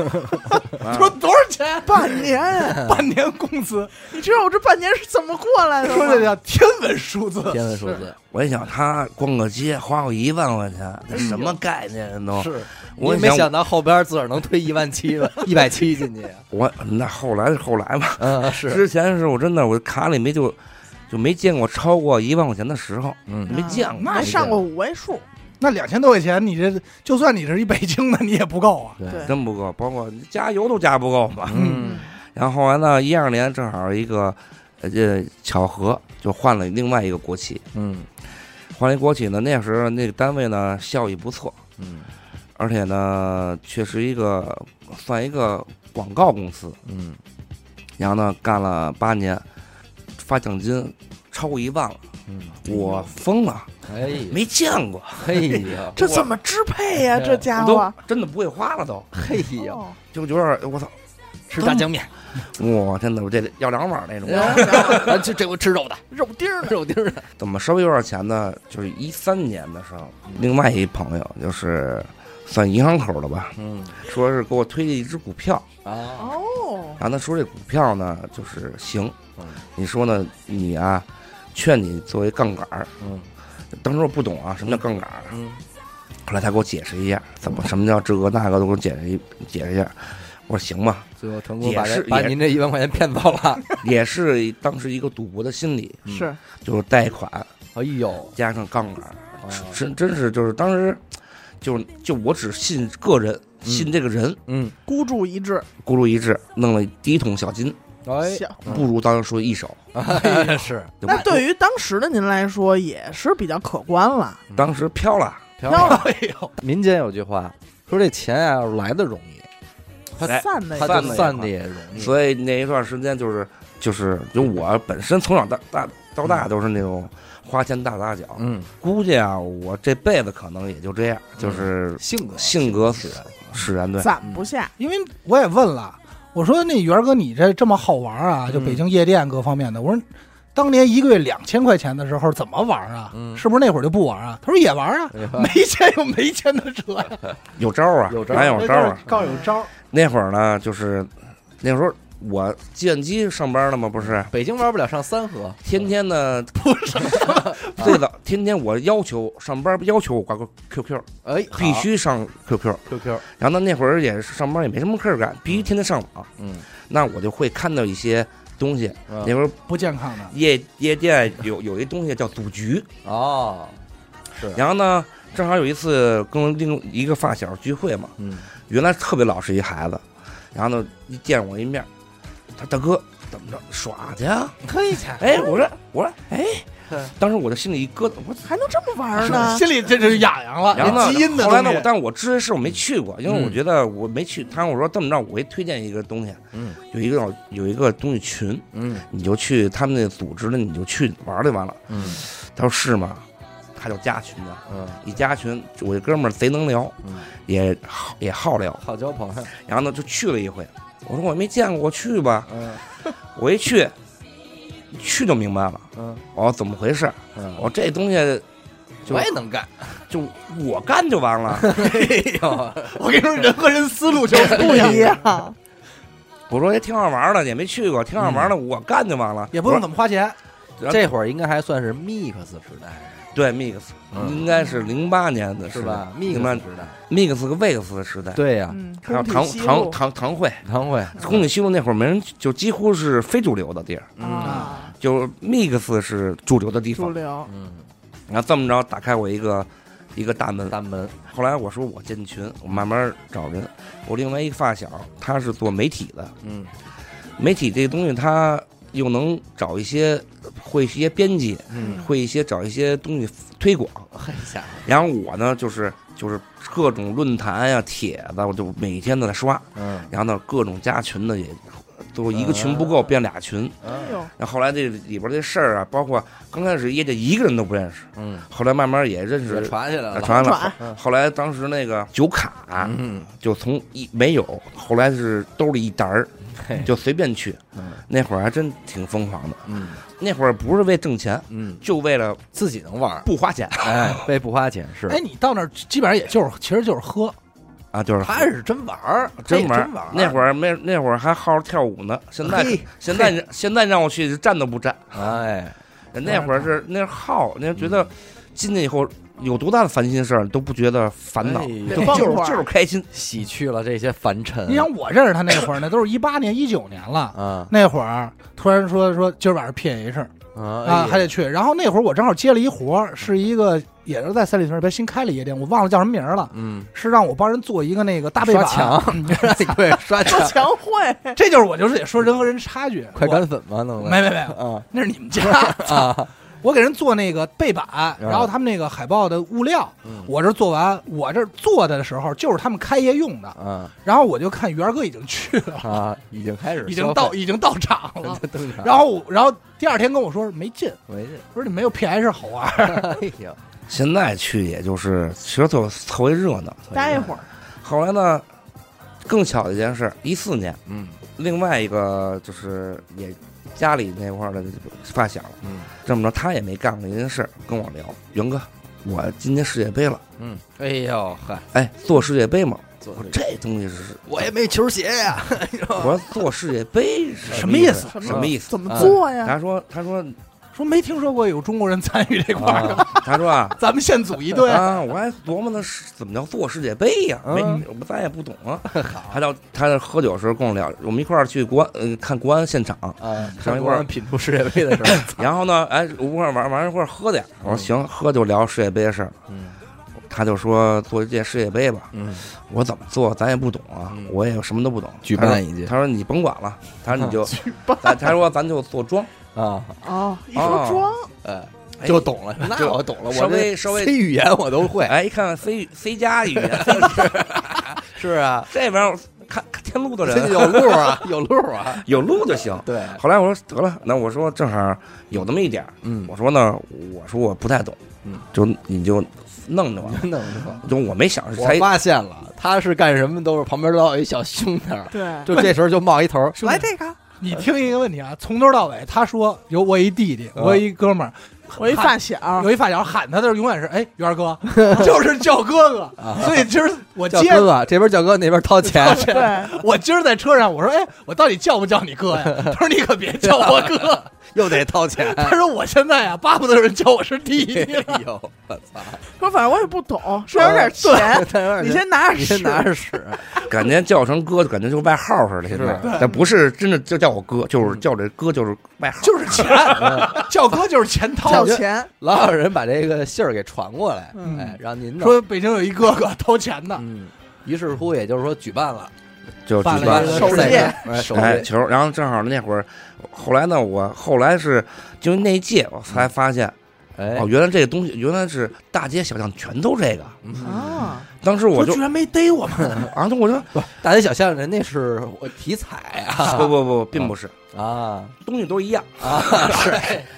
啊
说多少钱？
半年，
半年工资，
你知道我这半年是怎么过来的
说这
吗？
叫天文数字，
天文数字
我一想，他逛个街花我一万块钱，这什么概念都？
哎是，
我
你没
想
想到后边自个儿能推一万七了，一百七进去，
我那后来是后来吧，
嗯是，
之前是我真的我卡里没就就没见过超过一万块钱的时候，
嗯
没见过，
那
没见
上过五位数，
那两千多块钱，你这就算你是一北京的，你也不够啊。
对
真不够，包括加油都加不够嘛。
嗯
然后后来呢，一二年正好一个呃这巧合，就换了另外一个国企，
嗯
换了一国企呢，那时候那个单位呢效益不错，
嗯
而且呢确实一个算一个广告公司，
嗯，
然后呢干了八年，发奖金超过一万了，嗯
嗯，
我疯了，
哎呀，
没见过，
嘿呀，
这怎么支配呀？这家
我都
伙，
真的不会花了都，
嘿呀，
哦
就有点我操，
吃炸酱面，
我天哪，我这要两碗那种。
咱吃这回吃肉的，
肉丁儿呢？
肉丁儿的，
怎么稍微有点钱呢？就是一三年的时候，另外一朋友就是算银行口的吧，
嗯
说是给我推荐一只股票，
啊，
哦，
然后他说这股票呢就是行
嗯，
你说呢？你啊，劝你作为杠杆儿，
嗯
当时我不懂啊，什么叫杠杆儿？
嗯
后来他给我解释一下，怎么什么叫这个那个，都给我解释一解释一下。我说行吧，
最后成功把
也
这
是
把
也
您这一万块钱骗走了，
也是当时一个赌博的心理，
嗯
是
就是贷款
哎呦，
加上杠杆儿，
啊
真真是就是当时，就就我只信个人，
嗯
信这个人，
嗯，
孤注一掷，
孤注一掷，弄了第一桶小金，
哎，
小
不如当时说一手。
是
对吧
那对于当时的您来说也是比较可观了，
当时飘了，
漂
漂
亮
亮。
哎呦，
民间有句话说这钱啊来的容易，
它
哎
散的
它
散
就
得也
散
快
的也容易，
所以那一段时间就是就是就我本身从小到大到大都是那种花钱大打脚，
嗯，
估计啊我这辈子可能也就这样，就是
性格
性格使使然对。
攒不下，
因为我也问了，我说那元儿哥你这这么好玩啊，就
嗯
北京夜店各方面的，我说当年一个月两千块钱的时候怎么玩啊？
嗯
是不是那会儿就不玩啊？他说也玩啊，
哎呀
没钱有没钱的辙呀、
有招儿啊，
有招儿
咱有招儿啊。
告有招儿，
那会儿呢，就是那会儿我计算机上班了嘛，不是
北京玩不了上三河，
天天呢不 是最早天天我要求上班要求我挂个 QQ，
哎，
必
好
须上 QQ。
QQ，
然后呢，那会儿也是上班也没什么事儿干，必须天天上网。
嗯，
那我就会看到一些东西。
嗯
那会儿
不健康的。
夜夜店有有一东西叫赌局，
哦，
然后呢，正好有一次跟另一个发小聚会嘛，
嗯，
原来特别老实一孩子，然后呢一见我一面，他大哥怎么着耍去啊？哎
可以去，
哎，我说我说哎，
嗯
当时我的心里一疙瘩，我
还能这么玩儿呢？
心里真是痒痒了，
然后
这
呢
基因的
后来呢
东，西嗯
我但我知识是我没去过，因为我觉得我没去。他跟我说这么着，我给推荐一个东西，啊
嗯
有一个有一个东西群，
嗯
你就去他们那组织的，你就去玩儿就完了。
嗯
他说是吗？他就加群呢，
嗯
一加群，我这哥们儿贼能聊，
嗯
也好也好聊。
好交朋友，
然后呢，就去了一回。我说我没见过，我去吧。
嗯
我一去，去就明白了，
嗯
哦，怎么回事？
嗯，
我这东西就
我也能 干，
就我干就完了。
哎呦，
我跟你说，人和人思路就
不一样，啊
我说也挺好玩的，也没去过，挺好玩的，我干就完了，
嗯也不用怎么花钱，
然后
这会儿应该还算是 mix 时代，
我说对 mix，
嗯
应该是零八年的
是
时
吧
代
？mix
08
时代，
mix 和 Vex 的时代，
对呀，
嗯，
还有
工体
唐
西
唐
路
唐唐会，
堂会
宫体西路那会儿没人，就几乎是非主流的地儿，
嗯
啊，
就 mix 是主流的地
主
方。
流，
嗯，
然后这么着打开我一个一个大门，
大门，
后来我说我进群，我慢慢找人。我另外一发小，他是做媒体的，
嗯
媒体这东西他又能找一些会一些编辑，
嗯，
会一些找一些东西推广。
嘿家伙，
然后我呢，就是就是各种论坛呀、帖子，我就每天都在刷。
嗯
然后呢，各种加群的也都一个群不够，变俩群。
哎
嗯
呦，
然后后来这里边这事儿啊，包括刚开始业界一个人都不认识，
嗯，
后来慢慢也认
也
识。
传起来
啊
了，
传了，
转
后来当时那个酒卡、啊
嗯
就从一没有，后来是兜里一沓儿
嘿，
就随便去。
嗯
那会儿还真挺疯狂的，
嗯
那会儿不是为挣钱，
嗯，
就为了
自己能玩儿，
不花钱
哎，被不花钱是
哎，你到那儿基本上也就是，其实就是喝，
啊，就是
他是真玩儿，他也
玩儿
真玩儿，
那会儿没那会儿还好好跳舞呢，现在
嘿
现在让现在让我去站都不站。
哎，
那会儿是那是好，那觉得进去以后有多大的烦心事儿都不觉得烦恼，
哎呦
就
放
就是
会儿
就是开心。
洗去了这些凡尘。
你想我认识他那会儿呢，都是一八年、一九年了。
啊
那会儿突然说说今儿晚上 P H 啊，
啊
还得去。然后那会儿我正好接了一活儿，是一个也是在三里屯那边新开了一夜店，我忘了叫什么名儿了，
嗯，
是让我帮人做一个那个大背
刷
板。
墙，对，刷
做
墙，
墙会，
这就是我就是得说人和人差距。
快
干！
干粉吗？弄的
没没没，
啊
那是你 们家。
啊，
我给人做那个背板，然后他们那个海报的物料，
嗯
我这做完，我这做的时候就是他们开业用的。
啊
然后我就看元儿哥已经去了，
啊，已经开始
已经到已经到场 了。
登场，
然后我然后第二天跟我说没劲，
没事，
我说你没有 PS 好玩儿。
哎呀，
现在去也就是其实就凑一热闹。
待会儿，
后来呢，更巧的一件事，一四年，
嗯
另外一个就是也家里那块儿的发小，
嗯
这么着他也没干过一件事儿，跟我聊，元哥，我今年世界杯了，
嗯，哎呦嗨，
哎，做世界杯嘛，
做
我说这东西是，
我也没球鞋呀，
我说做世界杯是
什么意思
思？什么意思？
怎么做呀？
他说，他说，
说没听说过有中国人参与这块儿的，。
他说啊
咱们先组一队。
啊，我还琢磨呢，是怎么叫做世界杯呀？没，我咱也不懂啊。他到他在喝酒的时候跟我聊，我们一块儿去国安，呃，看国安现场，
啊，
上一
上
会儿
国品出世界杯的时 候，
然后呢，哎，我一块儿玩玩一会儿喝点儿，我说
嗯
行，喝就聊世界杯的事儿。
嗯
他就说做一届世界杯吧，
嗯
我说怎么做咱也不懂啊
嗯，
我也什么都不懂。
举
他说
办一届
他说你甭管了，他说你就咱他说咱就做庄，
啊，
哦，一说装，
呃，
哎
就懂了，
就
那我懂了，
稍
我
微
这
稍微
C 语言我都会，
哎，一看 C C 加 语言
是啊，
这边儿看看天路的
这
人
有路啊，有路啊，
有路就行。
对，
后来我说得了，那我说正好有那么一点儿，
嗯
我说呢，我说我不太懂
嗯，
就你就弄着吧，
真的不错。
就我没想是
我
才
发现了，他是干什么都是旁边都有一小兄弟儿，
对，
就这时候就冒一头 儿，
来这个，
你听一个问题啊，从头到尾，他说有我一弟弟，
啊
我有一哥们儿，
我一发小，
有一发小喊他的时候永远是哎元儿 哥，就是叫哥
啊
哥。所以今 儿我
叫
接
哥啊哥，这边叫哥，那边掏钱，
对，
我今儿在车上，我说哎，我到底叫不叫你哥呀？他说你可别叫我哥，
又得掏 钱。
他说我现在啊，巴不得有人叫我是弟弟 了。
哎呦，我操！
说反正我也不懂，说有 点钱，
钱
你先拿着
啊你
使
先，拿着使，
感觉叫成哥，感觉就外号似的。现在
是
但不是真的就叫我哥，就是叫这哥就是外号。
就是钱，
嗯
叫哥就是钱掏
要。钱，
老有人把这个信儿给传过来，
嗯
哎，让您弄。嗯
说北京有一哥哥掏钱的，
嗯，于是乎也就是说举办了，
就哦举
办了
办
一个
手
世
链
界
哎手
哎
链，
球，然后正好那会儿，后来呢，我后来是就那一届我才发现，
哎
哦，，原来这个东西原来是大街小巷全都这个。
嗯
啊，
当时我
说
就
居然没逮我们，
啊，我就
大街小巷人那是我题材 啊
不不不，并不是，
啊
东西都一样。
啊，是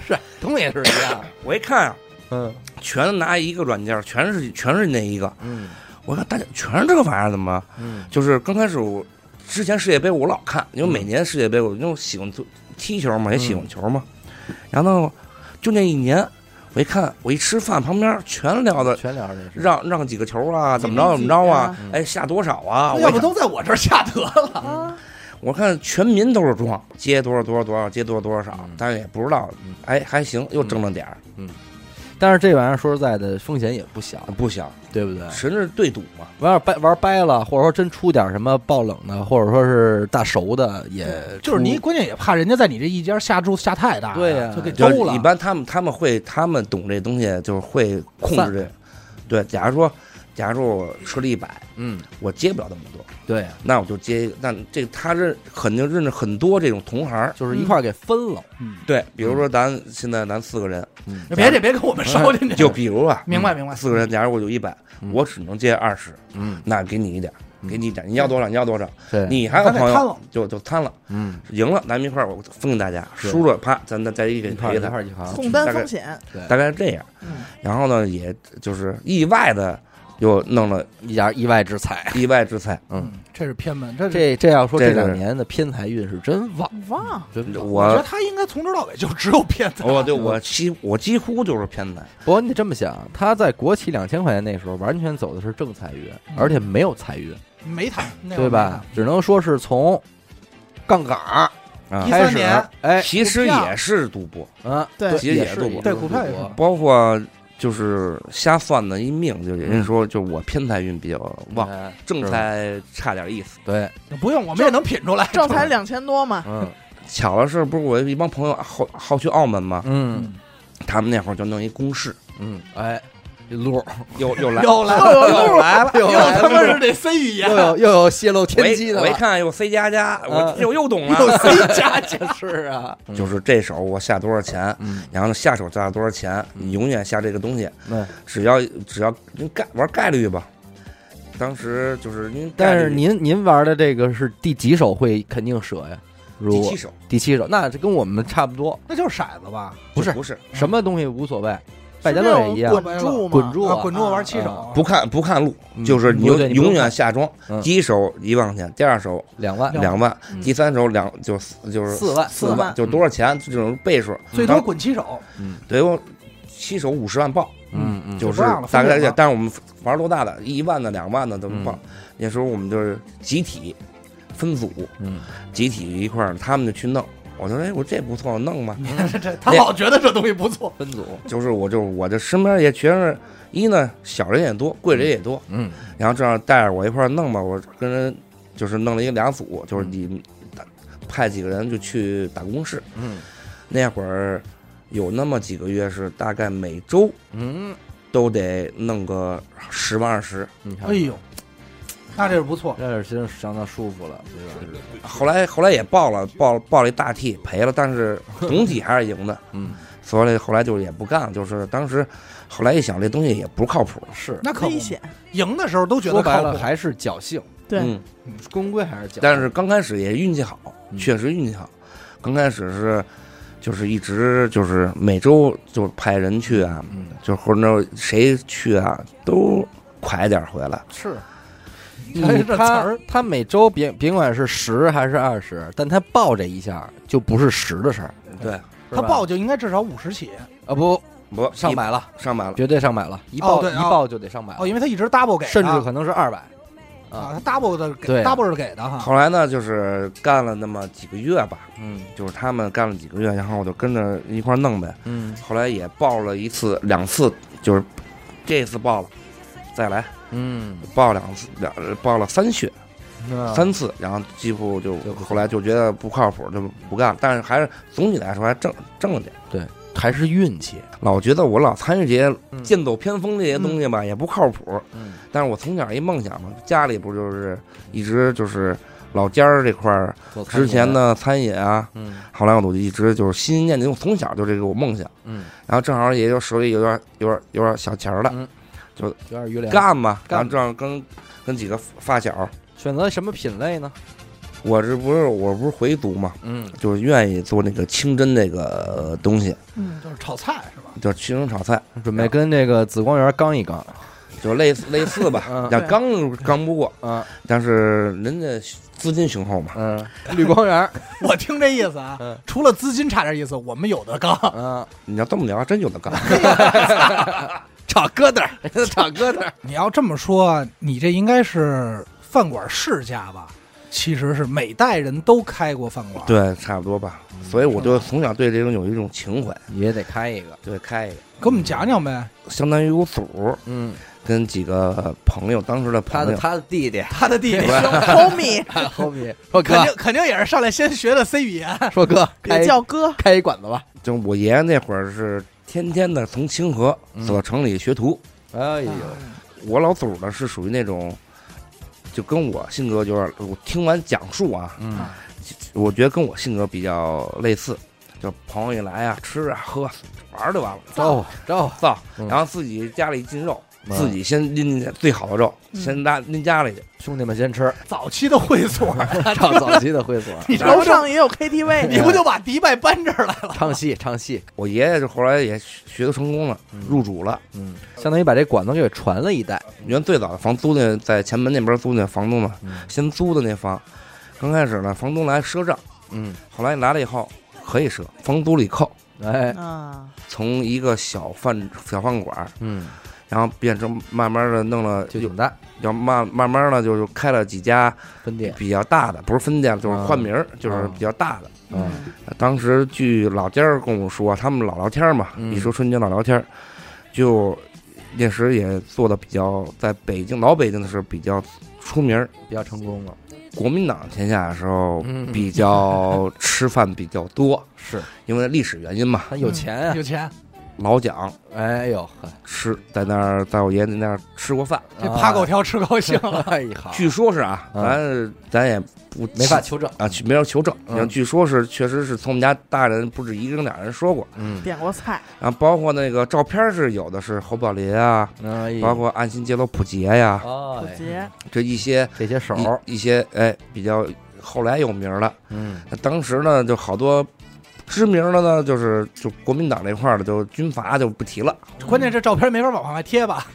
是，东西是一样，
我一看啊，
嗯
全拿一个软件，全是全是那一个。
嗯
我看大家全是这个玩意儿，怎么
嗯
就是刚开始我之前世界杯我老看，因为
嗯
每年世界杯我因为我喜欢足踢球嘛，也喜欢
嗯
球嘛。然后就那一年，我一看，我一吃饭旁边全聊的
全聊这是，
呃让让几个球啊，怎么着怎么着啊，哎下多少啊？我
要
一
不
看
都在我这儿下得了。
啊，
我看全民都是庄，接多少多少多少，接多少多少
嗯，
但是也不知道
嗯，
哎还行，又挣了点儿，
但是这玩意儿说实在的，风险也不小，
嗯
不小，
对不对？
纯是对赌嘛。
玩儿掰玩儿掰了，或者说真出点什么爆冷的，或者说是大熟的，也 嗯
就是你
呃出
关键也怕人家在你这一家下注下太大了，
对呀
就给
就
周
是
了
一。般他们他们会他们懂这东西，就是会控制这。对，假如说，假如说我吃了一百，
嗯，
我接不了那么多，
对，啊
那我就接。那这个他认肯定认识很多这种同行儿。
就是一块儿给分了，
对，比如说咱现在咱四个人，
别这别给我们烧进去，
就比如啊，
嗯明白明白。
四个人，假如我有一百，
嗯
我只能接二十，
嗯，
那给你一点儿，给你一点儿，你要多少你要多少，
对，
你还有朋
嗯他得贪了
友就就贪了，
嗯，
赢了咱们一块儿我分给大家，
是
输了啪咱再再一
一
给
块儿
赔
一
他
块，儿一块儿，
共担风险，
大概是这样。然后呢，也就是意外的又弄了
一点意外之财。
意外之财。
嗯，
这是偏门，这是
这这要说这
这是
两年的偏财运是真旺，
哇，
真旺。
我觉得
我
他应该从头到尾就只有骗子。
哦
我对我几我几乎就是偏财，
不过你得这么想，他在国企两千块钱那时候，完全走的是正财运，而且没有财运，
没他，嗯那会儿
对吧？只能说是从杠杆儿
啊
一
开
三
始
年，
哎，
其实也是赌博，
啊，
对
其实也
是
是
一个
我
对股票也是
赌博
包括就是瞎算的一命，就有人说就我偏财运比较旺，
哎嗯
正
是
财差点意思。
对，
没有不用，我们也能品出来。
正才两千多嘛，
嗯
巧了是不是我一帮朋友好好去澳门嘛，
嗯
他们那会儿就弄一公示，
嗯，哎，这路儿
又又来
又来了，
又来了，又
又
来了
他妈是得 C 语言
又，有 又有泄露
我
天机
一
的
我一
了，
看又 C 加加，我
嗯
又又懂
又
了，
C 加加是啊，嗯
就是这手我下多少钱，
嗯，
然后呢，下手下多少钱，你永远下这个东西，
对
只要只要您概玩概率吧。当时就是您，
但是您您玩的这个是第几手会肯定折呀？如
第
果
七手
第七手，那这跟我们差不多，
那就是骰子吧？
不是
不是
什么东西无所谓，百家乐也一样
是，那种滚
滚
嘛
珠
啊
啊
滚珠玩七手
啊，
不看不看路，
嗯
就是你
不对
永
你不用
永
看
远下庄
嗯，
第一手一万块钱，第二手
两万
两万
嗯，
第三手两就就是
四万
四
四万，
万
就多少钱这种倍数，
最多滚七手，
得有七手五十万报，
嗯嗯，
就
不
是
让了
大
分
概
给了，
但是我们玩多大的，一万的、两万的都
嗯
报。那时候我们就是集体分组，
嗯，
集体一块儿，他们就去弄。我说，哎，我这不错，弄吧。
这这 他老觉得这东西不错，
分组，
就是我就我这身边也全是，一呢小人也多，贵人也多，
嗯
然后这样带着我一块儿弄吧。我跟人就是弄了一个俩组，就是
嗯
你派几个人就去打工室。
嗯
那会儿有那么几个月是大概每周
嗯，
都得弄个十万二十。
你看
哎，呦，那这是不错。
这真是相当舒服了，对吧？
后来后来也报了报报了一大 T 赔了，但是总体还是赢的。
嗯，
所以后来就是也不干了，就是当时后来一想，这东西也不靠谱。
是，
那可不
危险，
赢的时候都觉
说
得
白
靠
了
谱，
还是侥幸，
对
嗯，
终归还是侥幸，
但是刚开始也运气好，
嗯
确实运气好。刚开始是就是一直就是每周就派人去啊，
嗯
就或者谁去啊，都快点回来。
是
你
还是这词
他
儿
他每周别甭管是十还是二十，但他报这一下就不是十的事儿，
对，
是
他
吧
报就应该至少五十起
啊不
不
上
一
百了，
上百了，
绝对上百了，一
哦
报
对
一
哦
报就得上百
哦，
了，
因为他一直 double 给的，
甚至可能是二百，
啊，他 double 的给
对
，double 是给的哈。
后来呢，就是干了那么几个月吧，
嗯
就是他们干了几个月，然后我就跟着一块儿弄呗。
嗯
后来也报了一次、两次，就是这次报了，再来
嗯，
报两次、两报了三血、
那
三次，然后几乎就
就不
后来就觉得不靠谱，就不干了。但是还是总体来说还挣挣了点。
还是运气，
老觉得我老参与这些
嗯
剑走偏锋这些东西吧，也不靠谱。
嗯
但是我从小一梦想嘛，家里不就是一直就是老家儿这块儿
做餐饮
之前，的餐饮啊，
嗯
后来我就一直就是心心念念，我从小就这个我梦想，
嗯，
然后正好也就手里有点有点有点小钱儿了，
嗯有点余粮。
干吧，
干
然后这样跟跟几个发小，
选择什么品类呢？
我这不是我不是回族嘛，
嗯，
就是愿意做那个清真这个呃东西，
嗯，
就是炒菜是吧？
就是清蒸炒菜，
准备跟这个紫光园刚一刚。，
就类似类似吧
嗯
要
对
刚刚不过，
啊，
但是人家资金雄厚嘛，
嗯，绿光 园，
我听这意思啊
嗯，
除了资金差点意思，我们有的刚。
嗯，
你要这么聊，还真有的干。
炒疙瘩儿，炒疙瘩儿。
你要这么说，你这应该是饭馆世家吧？其实是每代人都开过饭馆。，
对，差不多吧。所以我就从小对这种有一种情怀，
也得开一个，
对，开一个，
给我们讲讲呗。
相当于有组，
嗯，
跟几个朋友，当时的
他
朋
的
友，
他的弟
啊
弟，
他的弟弟
，homie，
后面说
肯
哥，
定肯定也是上来先学的 C 语言。
说哥，开
别叫哥，
开一馆子吧。
就我爷爷那会儿是天天的从清河
嗯
走到城里学徒。
哎呦，
啊
我老祖呢是属于那种，就跟我性格就是，我听完讲述啊，
嗯
我觉得跟我性格比较类似，就朋友一来啊，吃啊喝啊玩儿就完了，
招呼招呼，
造，
嗯
然后自己家里进肉，
嗯
自己先拎进去最好的肉，
嗯
先拿拎家里去。
兄弟们先吃，
早期的会所，
唱早期的会所，
你这不
楼
就
上也有 KTV，
你不就把迪拜搬这儿来了？
唱戏唱戏，
我爷爷就后来也学学的成功了，
嗯
入主了。
嗯，相当于把这馆子给传了一代。
原最早的房租的在前门那边租那房东嘛，
嗯
先租的那房，刚开始呢，房东来赊账，
嗯，
后来来了以后可以赊，房租里扣。
哎，
啊，
从一个小饭小饭馆，
嗯，
然后变成慢慢的弄了，
就
有
挺大
要慢慢慢的就是开了几家
分店，
比较大的，不是分店，就是
啊
换名儿，就是
啊
比较大的。
嗯
当时据老家儿跟我说，他们老聊天嘛，
嗯
一说春节老聊天儿，就那时也做的比较，在北京老北京的时候比较出名儿。
比较成功了，
国民党天下的时候
嗯
比较吃饭比较多，
是
因为历史原因嘛，
他有钱啊，
有钱，
老蒋
哎呦呵，
吃在那儿，在我爷爷那儿吃过饭，啊
这爬狗条吃 高兴了。
哎好，
据说是啊，
啊
咱咱也不
没法求证，
啊，去没有求证，
嗯
然后据说是确实是从我们家大人不止一个人俩人说过，
嗯，
点过菜，
然后包括那个照片是有的是侯宝林啊，
哎呦
包括安心街头普杰呀，
普
哎，
杰，
这一些
这些手，
一一些哎比较后来有名了。
嗯
那当时呢，就好多知名的呢，就是就国民党这块儿的，就军阀就不 提了。
关键这照片没法往外贴吧？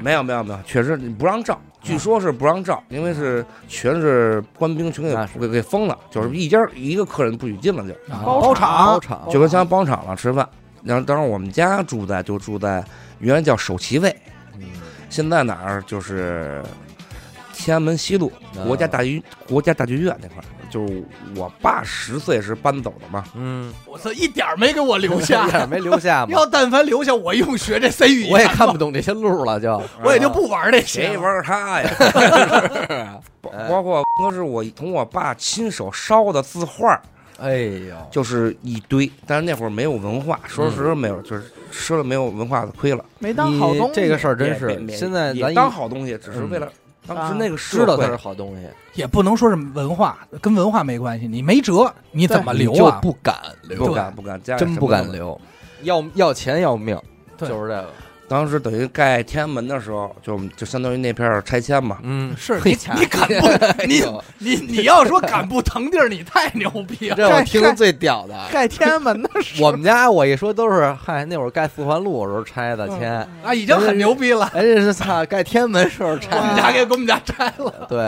没有没有没有，确实你不让照，
啊
据说是不让照，因为是全是官兵全
那是
给给给封了，就是一家儿一个客人不许进了就，
啊
包
包
包
场，
场，
就跟像包场了吃饭。然后当时我们家住在就住在原来叫首旗卫，
嗯
现在哪儿就是天安门西路
啊
国家大剧国家大剧院那块儿，就是我爸十岁时搬走的嘛。
嗯，
我操，一点儿没给我留
一点
下。
没留下嘛
要，但凡留下，我用学这 C 语言，
我也看不懂这些路了，就
我也就不玩这些了。
谁玩儿他呀？ 包
哎
包括那是我从我爸亲手烧的字画儿，
哎呦，
就是一堆。但是那会儿没有文化，说
嗯
实话没有，就是吃了没有文化的亏了。
没当好东西，
你这个事儿真
也也
是，
也
现在
也
咱
当
一嗯
好东西，只是为了当时
啊
那个
知道它
它
是好东西，
也不能说是文化，跟文化没关系，你没辙，你怎么
你
留
就
啊？
不敢留，
不敢不敢，家里
真
什么
不
都
敢
没有。
留，要要钱要命，就
对
是这个，
当时等于盖天安门的时候，就就相当于那片儿拆迁嘛。
嗯，
是
嘿
你
家
你敢不
哎
你
呦
你你要说敢不腾地儿，你太牛逼了。
这我听的最屌的。
盖天安门的事
我们家我一说都是，嗨，那会儿盖四环路的时候拆的，天，
啊，已经很牛 逼了。
哎，这是操，盖天安门时候
我
拆
们
的，
家给我们家拆了，
对，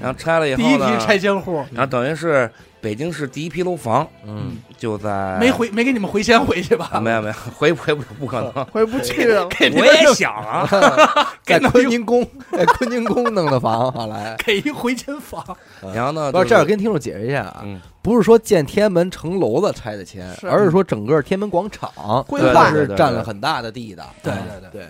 然后拆了以
第
后
一批
呢，
拆迁户，
然后等于是北京市第一批楼房
嗯，
就在
没回没给你们回迁回去
啊，
吧？
没有没有回回不不可 能。
回不去了，
给你
我
们
也
弄
想啊，
在昆宁宫，在昆宁宫弄的房，后来
给一回迁房，
然后呢，
不是这
就
儿跟听众解释一下啊，
嗯，
不是说建天安门城楼子拆的钱，
是
而是说整个天安门广场
规
它
划
是
对对对
占了很大的地的。
对
嗯
对
对，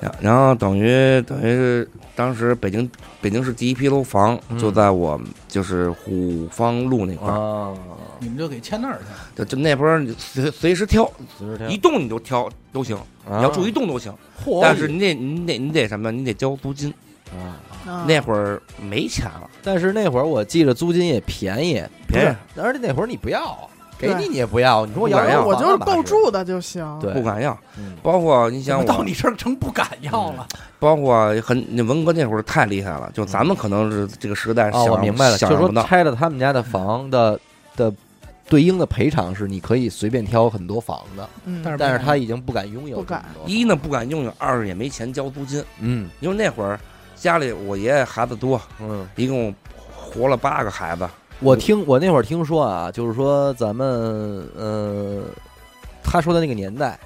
然然后等于等于是当时北京北京市第一批楼房
嗯
就在我们就是虎坊路那块儿，
啊，
你们就给迁那儿去。
就就那波儿你随随时挑一
你
栋你就挑都行，
啊
你要住一栋都行，
嚯，
但是你得你得你得什么，你得交租金。
啊，
啊
那会儿没钱了，
但是那会儿我记着租金也便宜，
便宜
不是，而且那会儿你不要，给
对
你你也不要，你说我要
不敢
要
要
嗯我就是够
够，
住的就行。
对，
不敢要。
嗯
包括你
怎
想
么到
我，
你这儿成不敢要了？
包括很那文革那会儿太厉害了，就咱们可能是这个时代想
哦，我明白了，就
想
是
象
说
不到。
拆了他们家的房的的对应的赔偿是你可以随便挑很多房的，
嗯，
但是
但是他已经不敢拥有
不
这么
敢
多了，
一呢不敢用，二也没钱交租金，
嗯
因为那会儿家里我爷爷孩子多，
嗯，
一共活了八个孩子，
我听我那会儿听说啊，就是说咱们呃，他说的那个年代，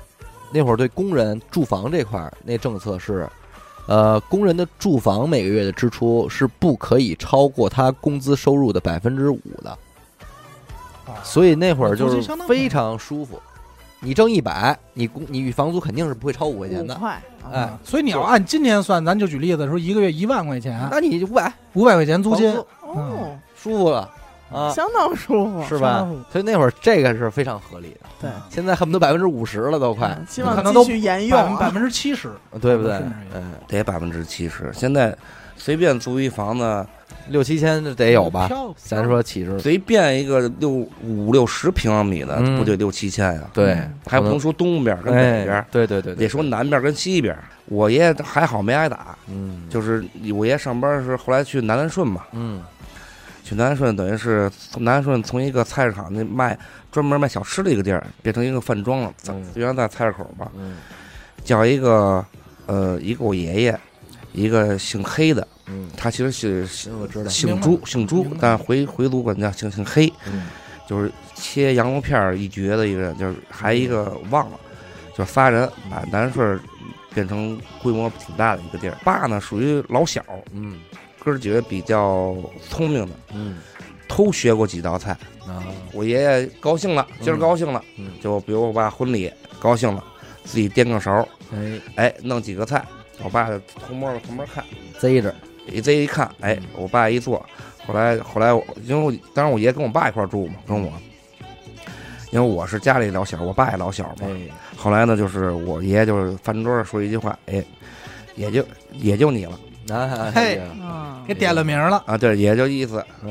那会儿对工人住房这块儿那政策是，呃，工人的住房每个月的支出是不可以超过他工资收入的百分之五的，
啊
所以那会儿
那租
就
金
是
相当便宜
非常舒服。你挣一百，你工你房租肯定是不会超五块钱
五
的，
块，啊
哎，
所以你要按今天算，咱就举例子说，一个月一万块钱，
那你就五百
五百块钱啊租金，
哦，
舒服了啊，
相当舒服。
是吧
相当舒？
所以那会儿这个是非常合理的，
对，
嗯
现在恨不得百分之五十了都快，呃
嗯希
可
望继
能都
续沿用
百分百
啊。
分之七十，
对不对
是那？个
嗯，
得百分之七十。现在随便租一房子，
六七千这得有吧？
飘飘
咱说起是，
随便一个六五六十平方米的，
嗯
不就六七千呀？
对，
还不能说东边跟北边
哎，，对对对，对
得说，南边跟西边。我爷爷还好没挨打，
嗯，
就是我爷爷上班是后来去南安顺嘛，
嗯
去南安顺等于是从南安顺从一个菜市场那卖专门卖小吃的一个地儿，变成一个饭庄了，在
嗯
原来在菜市口吧，
嗯
叫一个呃一个我爷爷，一个姓黑的，
嗯，
他其实是姓
这我知道，
姓
明
朱
白
姓朱
明白，
但回回族管叫姓姓黑，
嗯
就是切羊肉片儿一绝的一个人，就是还一个
嗯
忘了，就是仨人把南顺变成规模挺大的一个地儿。爸呢属于老小，
嗯
哥儿几个比较聪明的，
嗯
偷学过几道菜。
啊，
我爷爷高兴了，今儿高兴了，
嗯
就比如我爸婚礼高兴了，自己颠个勺，
哎，
哎，弄几个菜，我爸就偷摸的旁边看，
贼着，
一这一看，哎，我爸一坐，后来后来我因为我当时我爷跟我爸一块儿住嘛，跟我，因为我是家里老小，我爸也老小嘛。
哎，
后来呢，就是我爷爷就是饭桌上说一句话，哎，也就也就你了
那
嘿
哎呀
嗯
给点了名了。
啊，对，也就意思。
哎，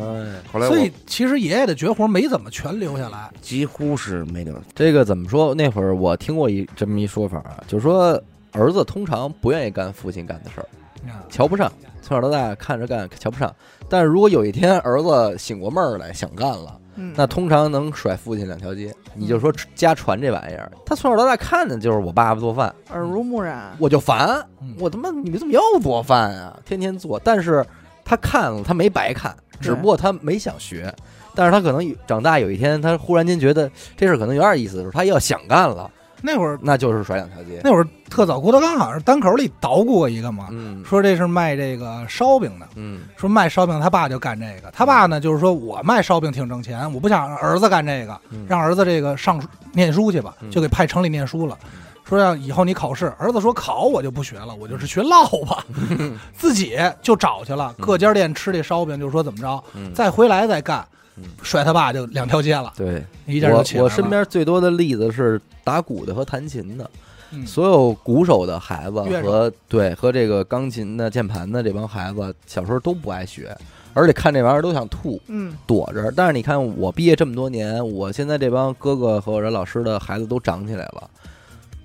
后来我
所以其实爷爷的绝活没怎么全留下来，
几乎是没留，
这个怎么说？那会儿我听过一这么一说法啊，就是说儿子通常不愿意干父亲干的事儿。
啊
瞧不上，从小到大看着干瞧不上。但是如果有一天儿子醒过闷儿来想干了，
嗯
那通常能甩父亲两条街。你就说家传这玩意儿，他从小到大看的就是我爸爸做饭，
耳濡目染，
我就烦
嗯，
我他妈你们怎么又做饭啊？天天做，但是他看了，他没白看，只不过他没想学。但是他可能长大有一天，他忽然间觉得这事儿可能有点意思的时候，他要想干了，
那会儿
那就是甩两条街。
那会儿特早，郭德纲好像是单口里捣鼓过一个嘛，
嗯
说这是卖这个烧饼的，
嗯
说卖烧饼，他爸就干这个。他爸呢，就是说我卖烧饼挺挣钱，我不想让儿子干这个，
嗯
让儿子这个上念书去吧，
嗯
就给派城里念书了。说让以后你考试，儿子说考我就不学了，我就是学烙吧，
嗯
自己就找去了，各家店吃这烧饼，就是说怎么着，
嗯，
再回来再干
嗯，
甩他爸就两条街了，
对。
一下就起来
我
了
我身边最多的例子是打鼓的和弹琴的，
嗯
所有鼓手的孩子
乐手
和对和这个钢琴的、键盘的这帮孩子，小时候都不爱学，而且看这玩意儿都想吐，
嗯
躲着。但是你看我毕业这么多年，我现在这帮哥哥和我这老师的孩子都长起来了，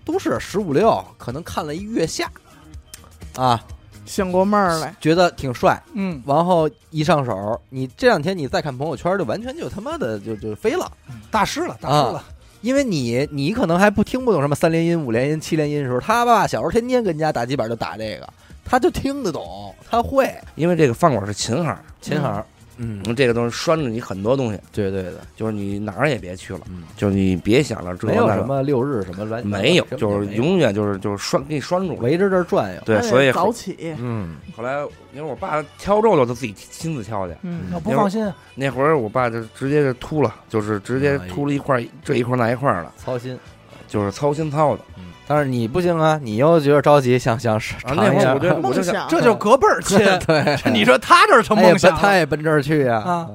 都是十五六，可能看了一月下，啊，
醒过闷儿来，
觉得挺帅，
嗯，
然后一上手，你这两天你再看朋友圈，就完全就他妈的就就飞了。
嗯大师了，大
啊
师了，
因为你你可能还不听不懂什么三连音、五连音、七连音的时候，他爸小时候天天跟人家打几板就打这个，他就听得懂，他会
因为这个饭馆是琴行，
琴行，嗯
嗯这个东西拴着你很多东西，
对对的，
就是你哪儿也别去了，
嗯
就是你别想了这
没有
那
什
个，
么六日什么乱七八糟
没有，
根本
就是
没有
永远就是就是拴给你拴住了。
围着这儿转悠，
对，
而且
所以
早
后
起，
嗯
后来因为我爸挑肉了，他自己亲自挑去。
嗯
要不放心，
那会儿我爸就直接就秃了，就是直接秃了一块儿这一块儿那一块儿了，
操心。
就是操心操的。
但是你不行啊，你又觉得着急，想想尝
啊，那
一
会
下
儿我觉得我
梦
就想，
想，
这就是隔辈儿亲。
对，
你说他这儿成
他也
梦
奔
想
哎他
了，
也奔这儿去呀
啊，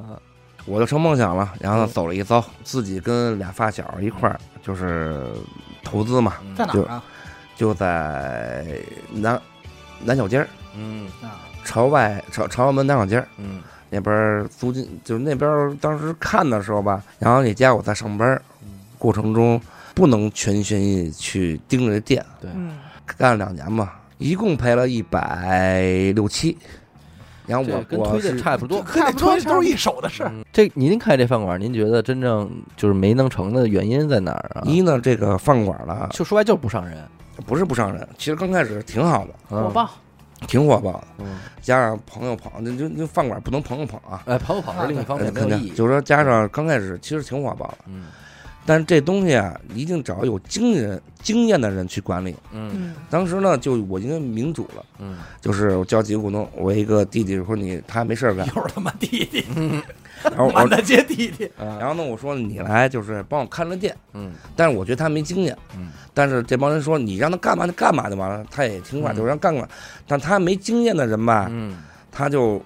我就成梦想了。然后走了一遭，自己跟俩发小一块儿就是投资嘛，
嗯
在哪儿啊？
就在南南小街儿
嗯
啊，
朝外朝朝阳门南小街儿，
嗯
那边儿租金就是那边儿当时看的时候吧，然后那家我在上班儿，过程中不能全心意去盯着这店，
嗯，
干了两年嘛，一共赔了一百六七。然后我
这跟
我
推
是
荐差不多。
可
差
那
不多
东西都是
差
一手的事儿。
嗯这您开这饭馆，您觉得真正就是没能成的原因在哪儿啊？
一呢，这个饭馆呢
就说白就是不上人，
不是不上人，其实刚开始挺好的，
不多火
嗯，
爆，
挺火爆的，
嗯
加上朋友捧，那就那饭馆不能朋友捧啊，
哎，跑不跑是另一方面，没
肯
有意
定
义。
就是说加上刚开始其实挺火爆的，
嗯
但这东西啊，一定找有经人经验的人去管理。
嗯
嗯
当时呢，就我因为民主了，
嗯，
就是我叫几个股东，我一个弟弟说你他没 事儿干，
又是他妈弟弟，
嗯
然后
满
哦我
大街弟弟，
然后呢我说你来就是帮我看着店，
嗯
但是我觉得他没经验，
嗯，
但是这帮人说你让他干嘛就干嘛就完了，他也听话，
嗯
就让干干。但他没经验的人吧，
嗯，
他就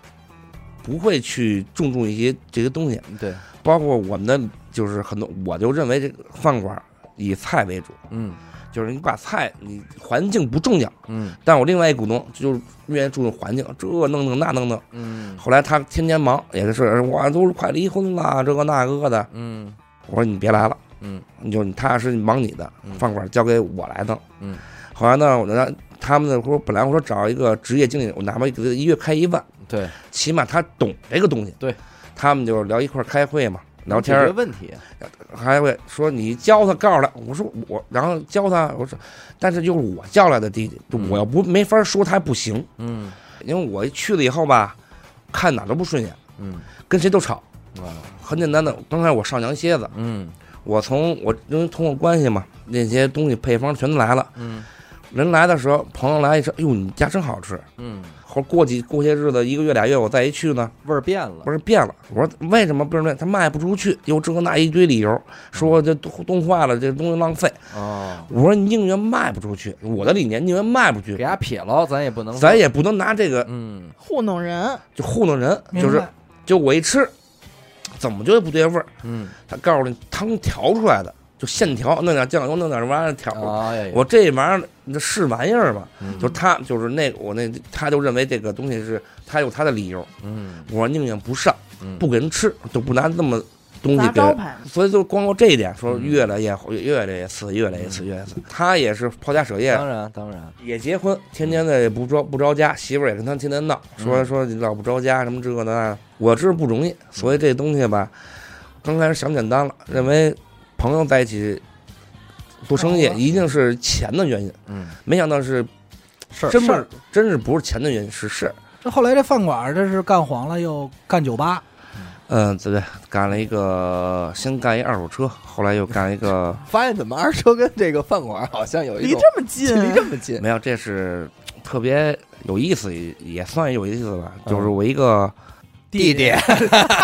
不会去注重一些这些东西，
对，
包括我们的就是很多，我就认为这个饭馆以菜为主，
嗯
就是你把菜，你环境不重要。
嗯
但我另外一股东就是愿意注重环境，这弄弄那弄弄。
嗯
后来他天天忙，也是我都快离婚了，这个那个的。
嗯
我说你别来了，
嗯，
你就你踏踏实实忙你的
嗯，
饭馆交给我来弄。
嗯，
后来呢，我让他们呢，我说本来我说找一个职业经理，我哪怕给他一月开一万，
对，
起码他懂这个东西。
对，
他们就聊一块儿开会嘛，聊天
解
儿
决问题，
还会说你教他，告诉他，我说我，然后教他，我说，但是就是我叫来的弟弟，就
嗯
我要不没法说他不行，
嗯
因为我去了以后吧，看哪都不顺眼，
嗯
跟谁都吵
哇。
很简单的，刚开始我上羊蝎子，
嗯
我从我因为通过关系嘛，那些东西配方全都来了。
嗯
人来的时候，朋友来一说，哟，你家真好吃。
嗯，
后过几过些日子，一个月俩月，我再一去呢，
味儿变了
不，是变了。我说为什么不是变？他卖不出去，又这那一堆理由，说这冻冻坏了，这东西浪费。
哦，
我说你宁愿卖不出去，我的理念宁愿卖不出
给
去，
它撇了，咱也不能，
咱也不能拿这个
嗯
糊弄人，
就糊弄人，
明白
就是就我一吃，怎么就不对味儿？
嗯
他告诉你汤调出来的，就现调，弄点酱油，弄点什么玩意儿调。
啊，哎呀
我这玩意儿那是玩意儿吧？
嗯
就他就是那我那他就认为这个东西是他有他的理由，
嗯
我宁愿不上，
嗯
不给人吃，就不拿那么东西
砸
给
招牌，
所以就光靠这一点，说
嗯
越来越越来越次，越来越次，越来越次。他也是抛家舍业，
当然当然，
也结婚，天天的也不着不着家，媳妇儿也跟他天天闹，说
嗯
说你老不着家什么这个那。我知道不容易，所以这东西吧，刚开始想简单了，认为朋友在一起做生意
太好了
一定是钱的原因，
嗯
没想到是
事儿
真
事
不
儿
是真是不是钱的原因，是事儿。
这后来这饭馆儿这是干黄了，又干酒吧，
嗯，对对，干了一个，先干一二手车，后来又干了一 个，
发现怎么二车跟这个饭馆好像有一
离
种
这么近，
离这么 近，
没有，这是特别有意思，也也算有意思吧，就是我一个。
弟弟，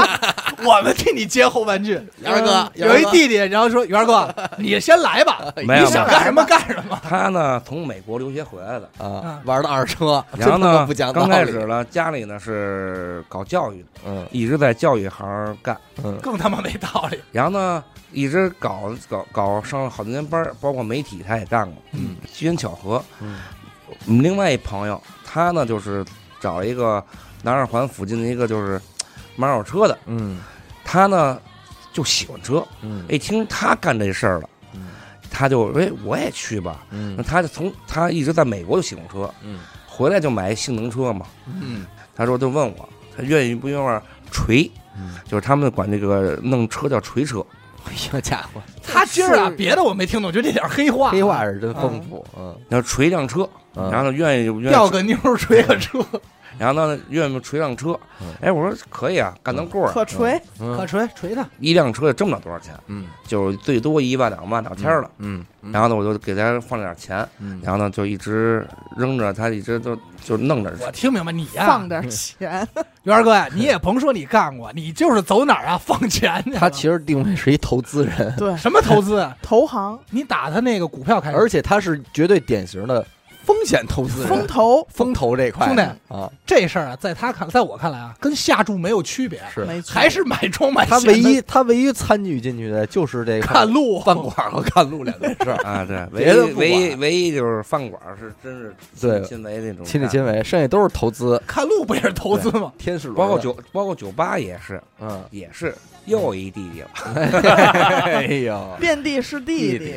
我们替你接后半句。嗯
元儿哥，元
啊有
儿
一
哥，
弟弟，然后说：“元 儿哥，你先来吧，
没有
你想干什么干什么。
他呢从美国留学回 来的，
啊
嗯，
玩的二车，
然
真
后
他妈
呢
不讲道
刚
理，
开始呢家里呢是搞教育的，
嗯
一直在教育行干，”
更他妈没道理。
然后呢一直搞搞搞上了好多年班儿，包括媒体他也干过，
嗯，
机缘巧合，
嗯，
我们另外一朋友他呢就是找了一个南二环附近的一个就是卖二手车的，
嗯
他呢就喜欢车，
嗯
一听他干这事儿了
嗯。
他就哎，我也去吧。那
嗯
他就从他一直在美国就喜欢车，
嗯
回来就买性能车嘛。
嗯
他说就问我，他愿意不愿意锤，
嗯，
就是他们管这个弄车叫锤车。
哎呀家伙，
他今儿啊，
是
别的我没听懂，就这点黑 话。
黑话是真丰富，嗯
然后锤辆车，
嗯
然后呢愿意就愿
钓
意，
个妞儿锤个车，
然后呢愿意锤辆车
嗯。
哎，我说可以啊，干得过啊。
可锤，
嗯
可锤锤他。
一辆车也挣不了多少钱，
嗯，
就是最多一万两万聊天了。
嗯，嗯
然后呢，我就给他放了点钱，
嗯
然后呢就一直扔着他，一直就就弄着。。
我听明白你哎呀、
放点钱，
元儿哥呀、你也甭说你干过，你就是走哪儿啊放钱去了。
他其实定位是一投资人，
对，
什么投资啊？
投行
哎你打他那个股票开始，
而且他是绝对典型的
风险投资
风
人，
投，
风投这块
兄
的
弟
啊，
这事儿啊，在他看，在我看来啊，跟下注没有区别，
是
没错，
还是买庄买
他
险的
唯一他唯一参与进去的就是这
看
个
路
饭馆和看路两件事儿
啊，对，唯
别的不
一
管
唯一唯一就是饭馆儿是真是
对
亲为那种
亲力亲为，剩下都是投资
看路不也是投资吗？
天使轮的，
包括酒包括酒吧也是
嗯，
也是又一弟弟了，
哎呦，
遍地是
弟
弟弟，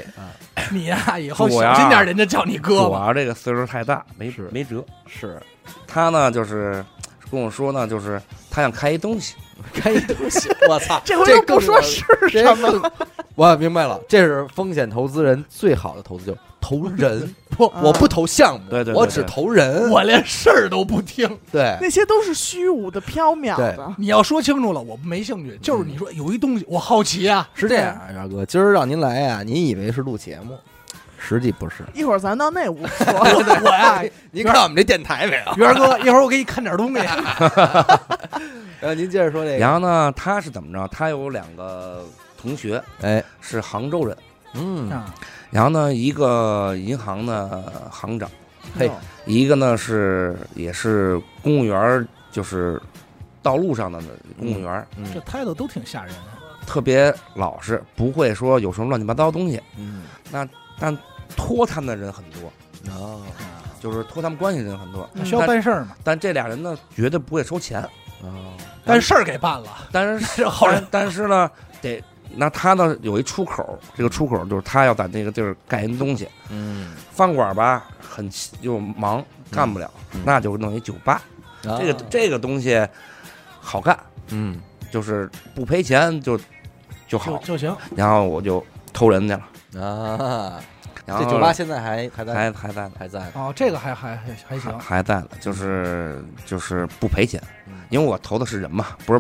你呀、以后
我呀
小心点，人家叫你哥
主
吧。
要啊这个岁数太大，没
嗯是
没辙。
是
他呢就是跟我说呢，就是他想开一东西，
开一东西，我操，
这回又
更
不说是什么了，
我明白了，这是风险投资人最好的投资，就是投 人，
不，
啊
我不投项目，
对对对
我只
对
投人，
我连事儿都不听。
对
那些都是虚无的、缥缈的，
你要说清楚了，我没兴趣。就是你说有一东西，我好奇啊。
是这样啊，元哥，今儿让您来啊，您以为是录节目，实际不是。
一会儿咱到那屋说，哎
我呀，
哎您看我们这电台没有？
元儿哥，一会儿我给你看点东西。啊
呃，您接着说这个。
然后呢他是怎么着？他有两个同学
哎，
是杭州人，
嗯，
啊
然后呢一个银行的行长，
嘿
哦
一个呢是也是公务员儿，就是道路上的公务员儿，
这态度都挺吓人啊。
特别老实，不会说有什么乱七八糟的东西。
嗯，
但拖他们的人很多，
哦
就是拖他们关系的人很多。
需要办事儿嘛，
但这俩人呢，绝对不会收钱。
哦，
但事儿给办了，
但 是，
这好人
但是呢，得那他呢有一出口，这个出口就是他要在那个地儿干一东西。
嗯，
饭馆吧，很又忙，干不了，
嗯啊
那就弄一酒吧。这个这个东西好干，
哦嗯，
就是不赔钱就就
就
好。
就行。
然后我就偷人去了。
啊，
然
这
后
酒吧现在还还在
还还在呢。
还在呢，
哦，这个还还还还
还
行。
还在呢，就是就是不赔钱
嗯，
因为我投的是人嘛，不是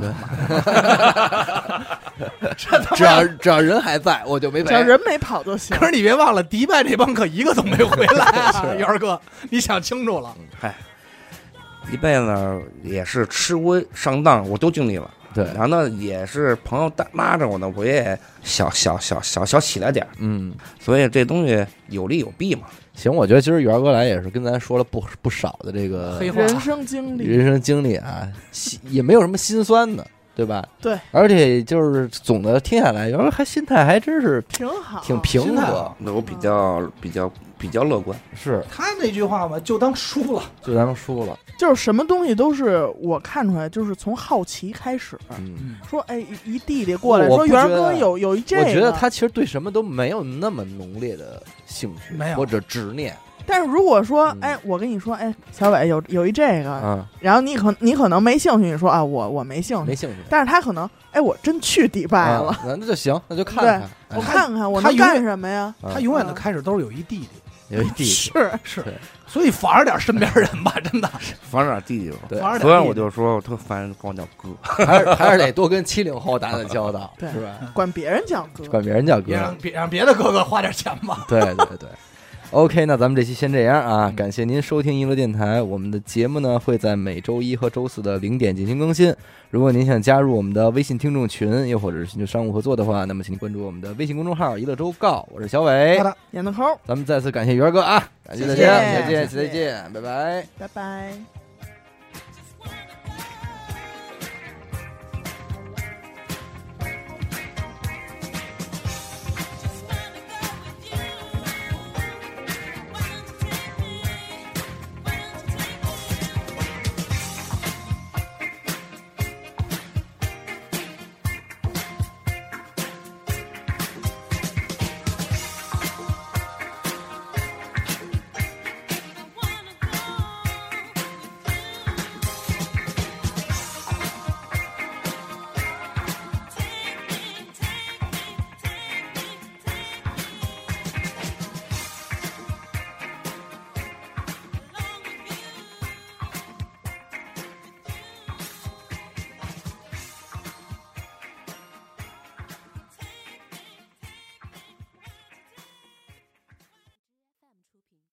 只要只要人还在，我就没
只要
哎
赔。
人没跑就行
可。是你别忘了，迪拜这帮可一个都没回来啊，元儿哥，你想清楚了。
一辈子也是吃亏上当，我都经历了。
对
然后呢，也是朋友带拉着我呢，我也小小小小小起来点儿
嗯，
所以这东西有利有弊嘛。
行，我觉得今儿元哥来也是跟咱说了不不少的这个
黑
人生经历，
人生经历啊，心也没有什么心酸的，对吧？
对，
而且就是总的听下来，元哥还心态还真是
挺啊好，
挺平
心态
和
好，
那我比较比较比较乐观，
是，
他那句话嘛，就当输了。
就咱们输了，
就是什么东西都是我看出来，就是从好奇开始。
嗯。
说哎，一一弟弟过来
我
说，
不
元儿
觉
哥
得
有有一这
我
个，
觉得他其实对什么都没有那么浓烈的兴趣，
没有
或者执念
但是如果说
嗯，
哎，我跟你说，哎，小伟有有一这个，
啊，
然后你可你可能没兴趣，你说啊，我我没兴
没
趣，
兴趣。
但是他可能，哎，我真去迪拜了，
啊，那那就行，那就看看。哎
我看看我
他
能
永远
干什么呀？
啊
他永远的开始都是有一弟弟，
有一弟弟，
是
是
对，
所以防着点身边人吧，真的
反正弟弟吧。
对
防着点弟弟。
所以我就说，我特烦人管我叫哥，
还是还是得多跟七零后打打交道，
对
是吧？
管别人叫哥，
管别人叫
也
哥
让，别让别的哥哥花点钱吧。
对对对。OK，那咱们这期先这样啊，感谢您收听娱乐电台。我们的节目呢会在每周一和周四的零点进行更新。如果您想加入我们的微信听众群，又或者是寻求商务合作的话，那么请您关注我们的微信公众号“娱乐周告”。我是小伟
好的，
演的抠，
咱们再次感谢元哥啊，感谢大家，
谢谢
再见，
谢谢
再见，拜拜。
拜拜。